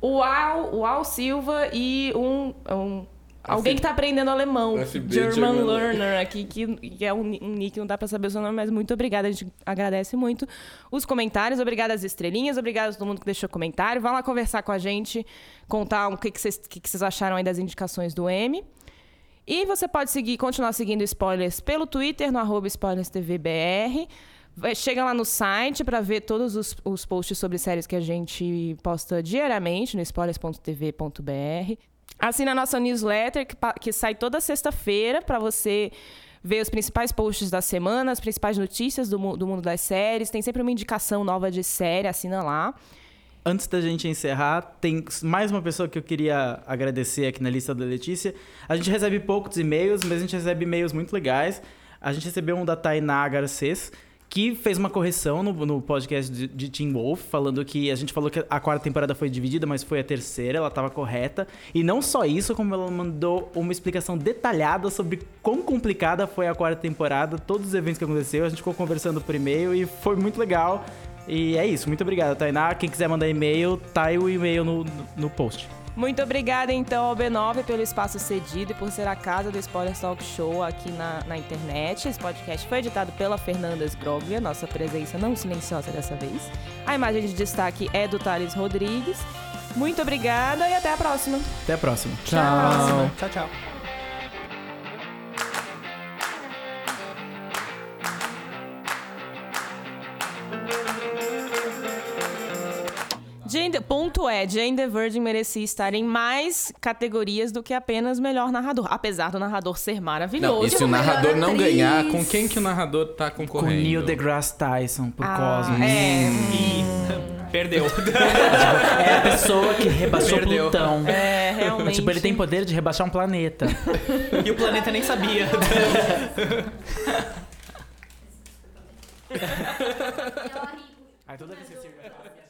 [SPEAKER 2] O Al, o Al Silva e um. um- Alguém que tá aprendendo alemão,
[SPEAKER 4] FB
[SPEAKER 2] German,
[SPEAKER 4] German
[SPEAKER 2] Learner, aqui, que, que é um, ni- um nick, não dá pra saber o seu nome, mas muito obrigada, a gente agradece muito os comentários, obrigada às estrelinhas, obrigada a todo mundo que deixou comentário. Vá lá conversar com a gente, contar o que que vocês que que vocês acharam aí das indicações do M. E você pode seguir, continuar seguindo spoilers pelo Twitter, no arroba spoilerstvbr. Vai- Chega lá no site para ver todos os, os posts sobre séries que a gente posta diariamente no spoilers.tv.br. Assina a nossa newsletter, que, pa- que sai toda sexta-feira para você ver os principais posts da semana, as principais notícias do, mu- do mundo das séries. Tem sempre uma indicação nova de série, assina lá.
[SPEAKER 3] Antes da gente encerrar, tem mais uma pessoa que eu queria agradecer aqui na lista da Letícia. A gente recebe poucos e-mails, mas a gente recebe e-mails muito legais. A gente recebeu um da Tainá Garcês, que fez uma correção no, no podcast de, de Tim Wolf, falando que a gente falou que a quarta temporada foi dividida, mas foi a terceira, ela estava correta. E não só isso, como ela mandou uma explicação detalhada sobre quão complicada foi a quarta temporada, todos os eventos que aconteceu, a gente ficou conversando por e-mail e foi muito legal. E é isso, muito obrigado, Tainá. Quem quiser mandar e-mail, tá aí o e-mail no, no- no post.
[SPEAKER 2] Muito obrigada, então, ao B9 pelo espaço cedido e por ser a casa do Spoiler Talk Show aqui na, na internet. Esse podcast foi editado pela Fernanda Sgroglia, nossa presença não silenciosa dessa vez. A imagem de destaque é do Thales Rodrigues. Muito obrigada e até a próxima.
[SPEAKER 3] Até a próxima. Tá
[SPEAKER 6] Próxima. Tchau, tchau.
[SPEAKER 2] Jane the, ponto é, Jane the Virgin merecia estar em mais categorias do que apenas melhor narrador. Apesar do narrador ser maravilhoso.
[SPEAKER 4] Não, e se o
[SPEAKER 5] Melhor
[SPEAKER 4] narrador não
[SPEAKER 5] atriz.
[SPEAKER 4] ganhar, com quem que o narrador tá
[SPEAKER 3] Com
[SPEAKER 4] concorrendo?
[SPEAKER 3] Neil deGrasse Tyson, por
[SPEAKER 2] Ah,
[SPEAKER 3] Cosmos.
[SPEAKER 2] é.
[SPEAKER 6] E perdeu.
[SPEAKER 3] É a pessoa que rebaixou
[SPEAKER 6] Perdeu.
[SPEAKER 3] Plutão.
[SPEAKER 2] É, realmente.
[SPEAKER 3] Tipo, ele tem poder de rebaixar um planeta.
[SPEAKER 6] e o planeta nem sabia.
[SPEAKER 3] Ai, toda vez que você...